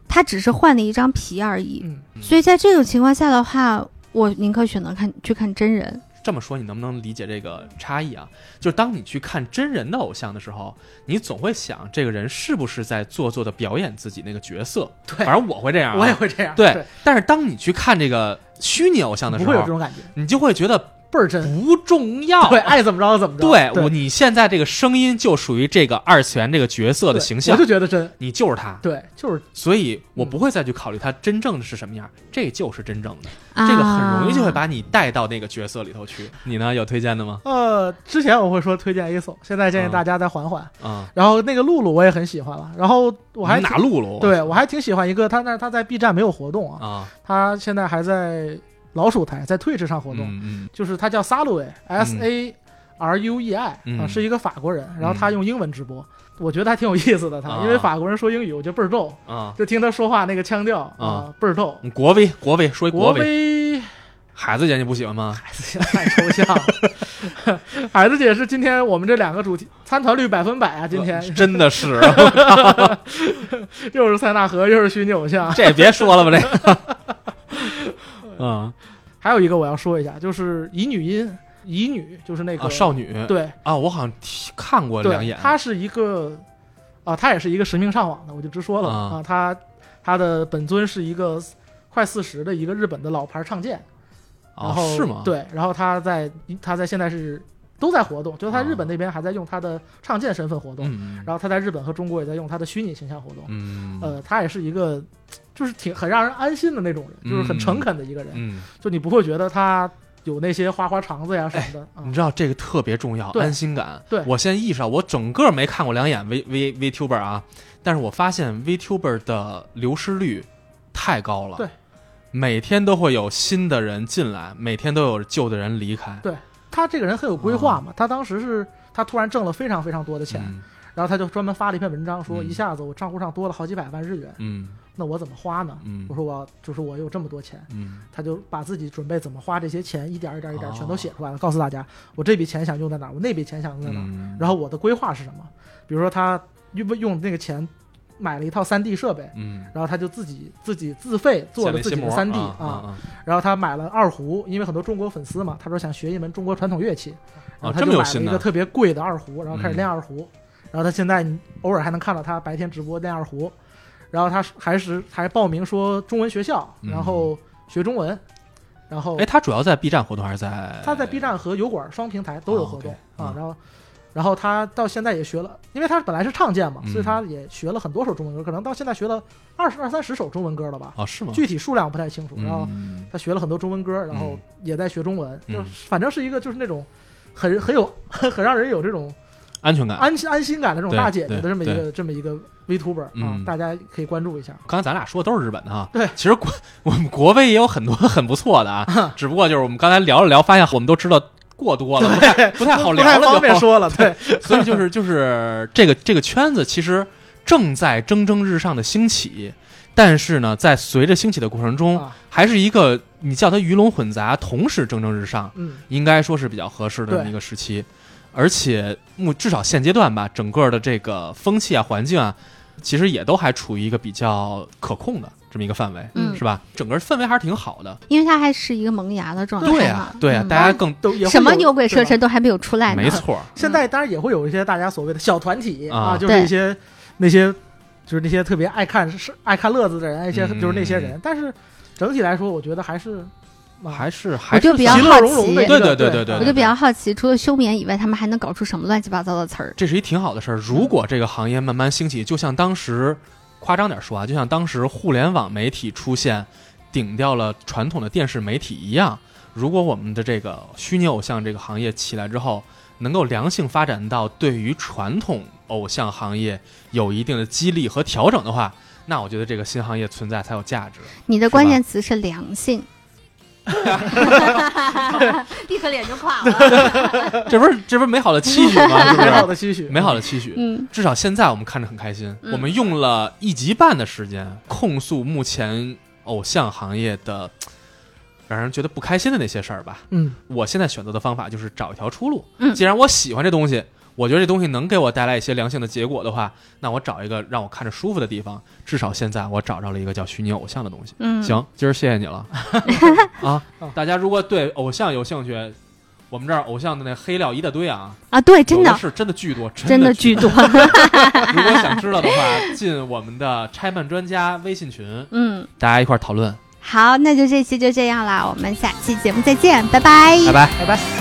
[SPEAKER 2] 他只是换了一张皮而已。
[SPEAKER 4] 嗯
[SPEAKER 2] 所以在这种情况下的话，我宁可选择看去看真人。
[SPEAKER 3] 这么说，你能不能理解这个差异啊？就是当你去看真人的偶像的时候，你总会想这个人是不是在做作的表演自己那个角色。
[SPEAKER 4] 对
[SPEAKER 3] 反，正我会这样、啊，
[SPEAKER 4] 我也。会这样，
[SPEAKER 3] 对，但是当你去看这个虚拟偶像的
[SPEAKER 4] 不
[SPEAKER 3] 时
[SPEAKER 4] 会有这
[SPEAKER 3] 候，
[SPEAKER 4] 种感觉，
[SPEAKER 3] 你就会觉得
[SPEAKER 4] 倍儿真，
[SPEAKER 3] 不重要。
[SPEAKER 4] 对，爱怎么着怎么着，
[SPEAKER 3] 哦对
[SPEAKER 4] 对
[SPEAKER 3] 我，你现在这个声音就属于这个二次元这个角色的
[SPEAKER 4] 对
[SPEAKER 3] 形象
[SPEAKER 4] 我，就觉得真，
[SPEAKER 3] 你就是他，
[SPEAKER 4] 对，就是
[SPEAKER 3] 所以我
[SPEAKER 4] 嗯
[SPEAKER 3] 不会再去考虑他真正的是什么样，这就是真正的，
[SPEAKER 2] 啊、
[SPEAKER 3] 这个很容易就会把你带到那个角色里头去。你呢，有推荐的吗？
[SPEAKER 4] 呃，之前我会说推荐 ASO，现在建
[SPEAKER 3] 嗯
[SPEAKER 4] 议大家再缓缓。
[SPEAKER 3] 啊，
[SPEAKER 4] 然后那个露露我也很喜欢了，然后我还
[SPEAKER 3] 你
[SPEAKER 4] 挺
[SPEAKER 3] 哪啊路了？
[SPEAKER 4] 对我还挺喜欢一个，他那他在 B 站没有活动啊，
[SPEAKER 3] 啊，
[SPEAKER 4] 他现在还在老鼠台在 Twitch 上活动，
[SPEAKER 3] 嗯
[SPEAKER 4] 就是他叫 Salue S A R U E I
[SPEAKER 3] 嗯
[SPEAKER 4] 啊，是一个法国人，然后他用英文直播，我觉得还挺有意思的。他
[SPEAKER 3] 啊
[SPEAKER 4] 因为法国人说英语，我觉得倍儿逗，
[SPEAKER 3] 嗯啊，
[SPEAKER 4] 就听他说话那个腔调
[SPEAKER 3] 啊
[SPEAKER 4] 啊，倍儿逗。
[SPEAKER 3] 国威，国威，说一
[SPEAKER 4] 国
[SPEAKER 3] 威，
[SPEAKER 4] 威
[SPEAKER 3] 孩子姐你不喜欢吗？
[SPEAKER 4] 孩子也太抽象了， 孩子姐是今天我们这两个主题参团率百分百啊！今天
[SPEAKER 3] 呃 真的 是，
[SPEAKER 4] 又是塞纳河，又是虚拟偶像，
[SPEAKER 3] 这也别说了吧，这 个，嗯
[SPEAKER 4] 还有一个我要说一下，就是乙女音，乙女就是那
[SPEAKER 3] 啊，
[SPEAKER 4] 个
[SPEAKER 3] 少女，
[SPEAKER 4] 对
[SPEAKER 3] 啊，我好像提看过两
[SPEAKER 4] 对，
[SPEAKER 3] 眼，
[SPEAKER 4] 她是一个啊，她也是一个实名上网的，我就直说了
[SPEAKER 3] 啊
[SPEAKER 4] 啊，她她的本尊是一个快四十的一个日本的老牌唱见，然
[SPEAKER 3] 哦
[SPEAKER 4] 后、
[SPEAKER 3] 是吗？，
[SPEAKER 4] 对，然后她在她在现在是都在活动，就是她
[SPEAKER 3] 啊
[SPEAKER 4] 日本那边还在用她的唱见身份活动，
[SPEAKER 3] 嗯
[SPEAKER 4] 然后她在日本和中国也在用她的虚拟形象活动，
[SPEAKER 3] 嗯
[SPEAKER 4] 呃，她也是一个就是挺很让人安心的那种人，就是很诚恳的一个人，
[SPEAKER 3] 嗯。
[SPEAKER 4] 就你不会觉得她有那些花花肠子呀什么的啊。
[SPEAKER 3] 哎你知道这个特别重要，
[SPEAKER 4] 对
[SPEAKER 3] 安心感。
[SPEAKER 4] 对
[SPEAKER 3] 我现在意识到，我整个没看过两眼 V V VTuber 啊，但是我发现 VTuber 的流失率太高了。
[SPEAKER 4] 对，
[SPEAKER 3] 每天都会有新的人进来，每天都有旧的人离开。
[SPEAKER 4] 对他这个人很有规划嘛，他当时是他突然挣了非常非常多的钱，
[SPEAKER 3] 哦嗯
[SPEAKER 4] 然后他就专门发了一篇文章，说
[SPEAKER 3] 嗯
[SPEAKER 4] 一下子我账户上多了好几百万日元，
[SPEAKER 3] 嗯
[SPEAKER 4] 那我怎么花呢？
[SPEAKER 3] 嗯
[SPEAKER 4] 我说我要就是我有这么多钱，
[SPEAKER 3] 嗯
[SPEAKER 4] 他就把自己准备怎么花这些钱一点儿一点儿一点儿全都
[SPEAKER 3] 哦
[SPEAKER 4] 写出来了，告诉大家我这笔钱想用在哪儿，我那笔钱想用在哪儿，
[SPEAKER 3] 嗯，
[SPEAKER 4] 然
[SPEAKER 3] 后
[SPEAKER 4] 后我的规划是什么？比如说他用用那个钱买了一套 3D 设备，
[SPEAKER 3] 嗯，
[SPEAKER 4] 然后他就自己自己自费做
[SPEAKER 3] 建
[SPEAKER 4] 了
[SPEAKER 3] 立
[SPEAKER 4] 自己
[SPEAKER 3] 心
[SPEAKER 4] 的
[SPEAKER 3] 魔
[SPEAKER 4] 3D
[SPEAKER 3] 啊啊
[SPEAKER 4] 然后他买了二胡，因为很多中国粉丝嘛，他说想学一门中国传统乐器，然后
[SPEAKER 3] 哦这
[SPEAKER 4] 他就
[SPEAKER 3] 么有
[SPEAKER 4] 买了
[SPEAKER 3] 心
[SPEAKER 4] 一
[SPEAKER 3] 呢
[SPEAKER 4] 个特别贵的二胡，然后开始
[SPEAKER 3] 嗯
[SPEAKER 4] 练二胡。然后他现在你偶尔还能看到他白天直播练二胡，然后他是还是还报名说中文学校，
[SPEAKER 3] 嗯
[SPEAKER 4] 然后学中文，然后
[SPEAKER 3] 哎，他主要在 B 站活动还是在？
[SPEAKER 4] 哦他在 B 站和油管双平台都有活动、
[SPEAKER 3] 哎哦，OK，
[SPEAKER 4] 啊
[SPEAKER 3] 嗯，
[SPEAKER 4] 然后。然后他到现在也学了，因为他本来是唱见嘛，
[SPEAKER 3] 嗯
[SPEAKER 4] 所以他也学了很多首中文歌，可能到现在学了二十二三十首中文歌了吧，
[SPEAKER 3] 哦，是吗？
[SPEAKER 4] 具体数量不太清楚。然后
[SPEAKER 3] 嗯
[SPEAKER 4] 他学了很多中文歌，然后也在学中文，
[SPEAKER 3] 嗯
[SPEAKER 4] 就是反正是一个就是那种很很有 很让人有这种
[SPEAKER 3] 安全感。
[SPEAKER 4] 安心安心感的这种
[SPEAKER 3] 啊对
[SPEAKER 4] 大姐姐的
[SPEAKER 3] 对
[SPEAKER 4] 这么一个这么一个 VTuber 啊
[SPEAKER 3] 嗯，
[SPEAKER 4] 大家可以关注一下。
[SPEAKER 3] 刚才咱俩说的都是日本的哈，
[SPEAKER 4] 对
[SPEAKER 3] 其实国 我们国外也有很多 很不错的啊，只不过就是我们刚才聊了聊，发现我们都知道过多了，不太不太好聊
[SPEAKER 4] 不太
[SPEAKER 3] 了，
[SPEAKER 4] 方便。说了，对，
[SPEAKER 3] 所以就是就是这个这个圈子其实正在蒸蒸日上的兴起，但是呢，在随着兴起的过程中，
[SPEAKER 4] 啊
[SPEAKER 3] 还是一个你叫它鱼龙混杂，同时蒸蒸日上，
[SPEAKER 4] 嗯，
[SPEAKER 3] 应该说是比较合适的
[SPEAKER 4] 对
[SPEAKER 3] 这么一个时期。而且目至少现阶段吧，整个的这个风气啊、环境啊，其实也都还处于一个比较可控的这么一个范围，
[SPEAKER 2] 嗯
[SPEAKER 3] 是吧？整个氛围还是挺好的。
[SPEAKER 2] 因为它还是一个萌芽的状态嘛。
[SPEAKER 3] 对啊，对啊，
[SPEAKER 2] 嗯
[SPEAKER 3] 大家更
[SPEAKER 4] 都也会有
[SPEAKER 2] 什么牛鬼蛇。
[SPEAKER 4] 对吧
[SPEAKER 2] 神都还没有出来呢。
[SPEAKER 3] 没错儿，
[SPEAKER 4] 现在当然也会有一些大家所谓的小团体
[SPEAKER 3] 嗯啊
[SPEAKER 4] 啊，就是一些那些就是那些特别爱看是爱看乐子的人，一些
[SPEAKER 3] 嗯
[SPEAKER 4] 就是那些人。但是整体来说，其乐融融的一个，我觉得还是啊
[SPEAKER 3] 还是还
[SPEAKER 2] 我
[SPEAKER 3] 是
[SPEAKER 2] 就比较
[SPEAKER 4] 其
[SPEAKER 2] 好
[SPEAKER 4] 乐融融的
[SPEAKER 2] 奇，
[SPEAKER 3] 对对对对对
[SPEAKER 2] 我就比较好奇，除了休眠以外，他们还能搞出什么乱七八糟的词儿？
[SPEAKER 3] 这是一挺好的事儿。如果这个行业慢慢兴起，就像当时夸张点说啊，就像当时互联网媒体出现顶掉了传统的电视媒体一样，如果我们的这个虚拟偶像这个行业起来之后，能够良性发展到对于传统偶像行业有一定的激励和调整的话，那我觉得这个新行业存在才有价值。
[SPEAKER 2] 你的关键词是良 性，立刻脸就垮了。
[SPEAKER 3] 这不是这不是美好的期许吗？是不
[SPEAKER 4] 啊 美好
[SPEAKER 3] 是
[SPEAKER 4] 的期许，
[SPEAKER 3] 美好的期许？
[SPEAKER 2] 嗯，
[SPEAKER 3] 至少现在我们看着很开心。
[SPEAKER 2] 嗯
[SPEAKER 3] 我们用了一集半的时间控诉目前偶像行业的嘖让人觉得不开心的那些事儿吧。
[SPEAKER 4] 嗯，
[SPEAKER 3] 我现在选择的方法就是找一条出路。
[SPEAKER 2] 嗯
[SPEAKER 3] 既然我喜欢这东西，我觉得这东西能给我带来一些良性的结果的话，那我找一个让我看着舒服的地方。至少现在我找着了一个叫虚拟偶像的东西。
[SPEAKER 2] 嗯
[SPEAKER 3] 行，今儿谢谢 你了啊
[SPEAKER 4] 啊！
[SPEAKER 3] 大家如果对偶像有兴趣，我们这儿偶像的那黑料一大堆啊，
[SPEAKER 2] 啊，对，真
[SPEAKER 3] 有的
[SPEAKER 2] 的
[SPEAKER 3] 是真的巨多，真
[SPEAKER 2] 真的
[SPEAKER 3] 的
[SPEAKER 2] 巨多。
[SPEAKER 3] 如果想知道的话，进我们的拆漫专家微信群，
[SPEAKER 2] 嗯，
[SPEAKER 3] 大家一块儿讨论。
[SPEAKER 2] 好，那就这期就这样啦，我们下期节目再见，拜拜
[SPEAKER 3] 拜拜。
[SPEAKER 4] 拜拜。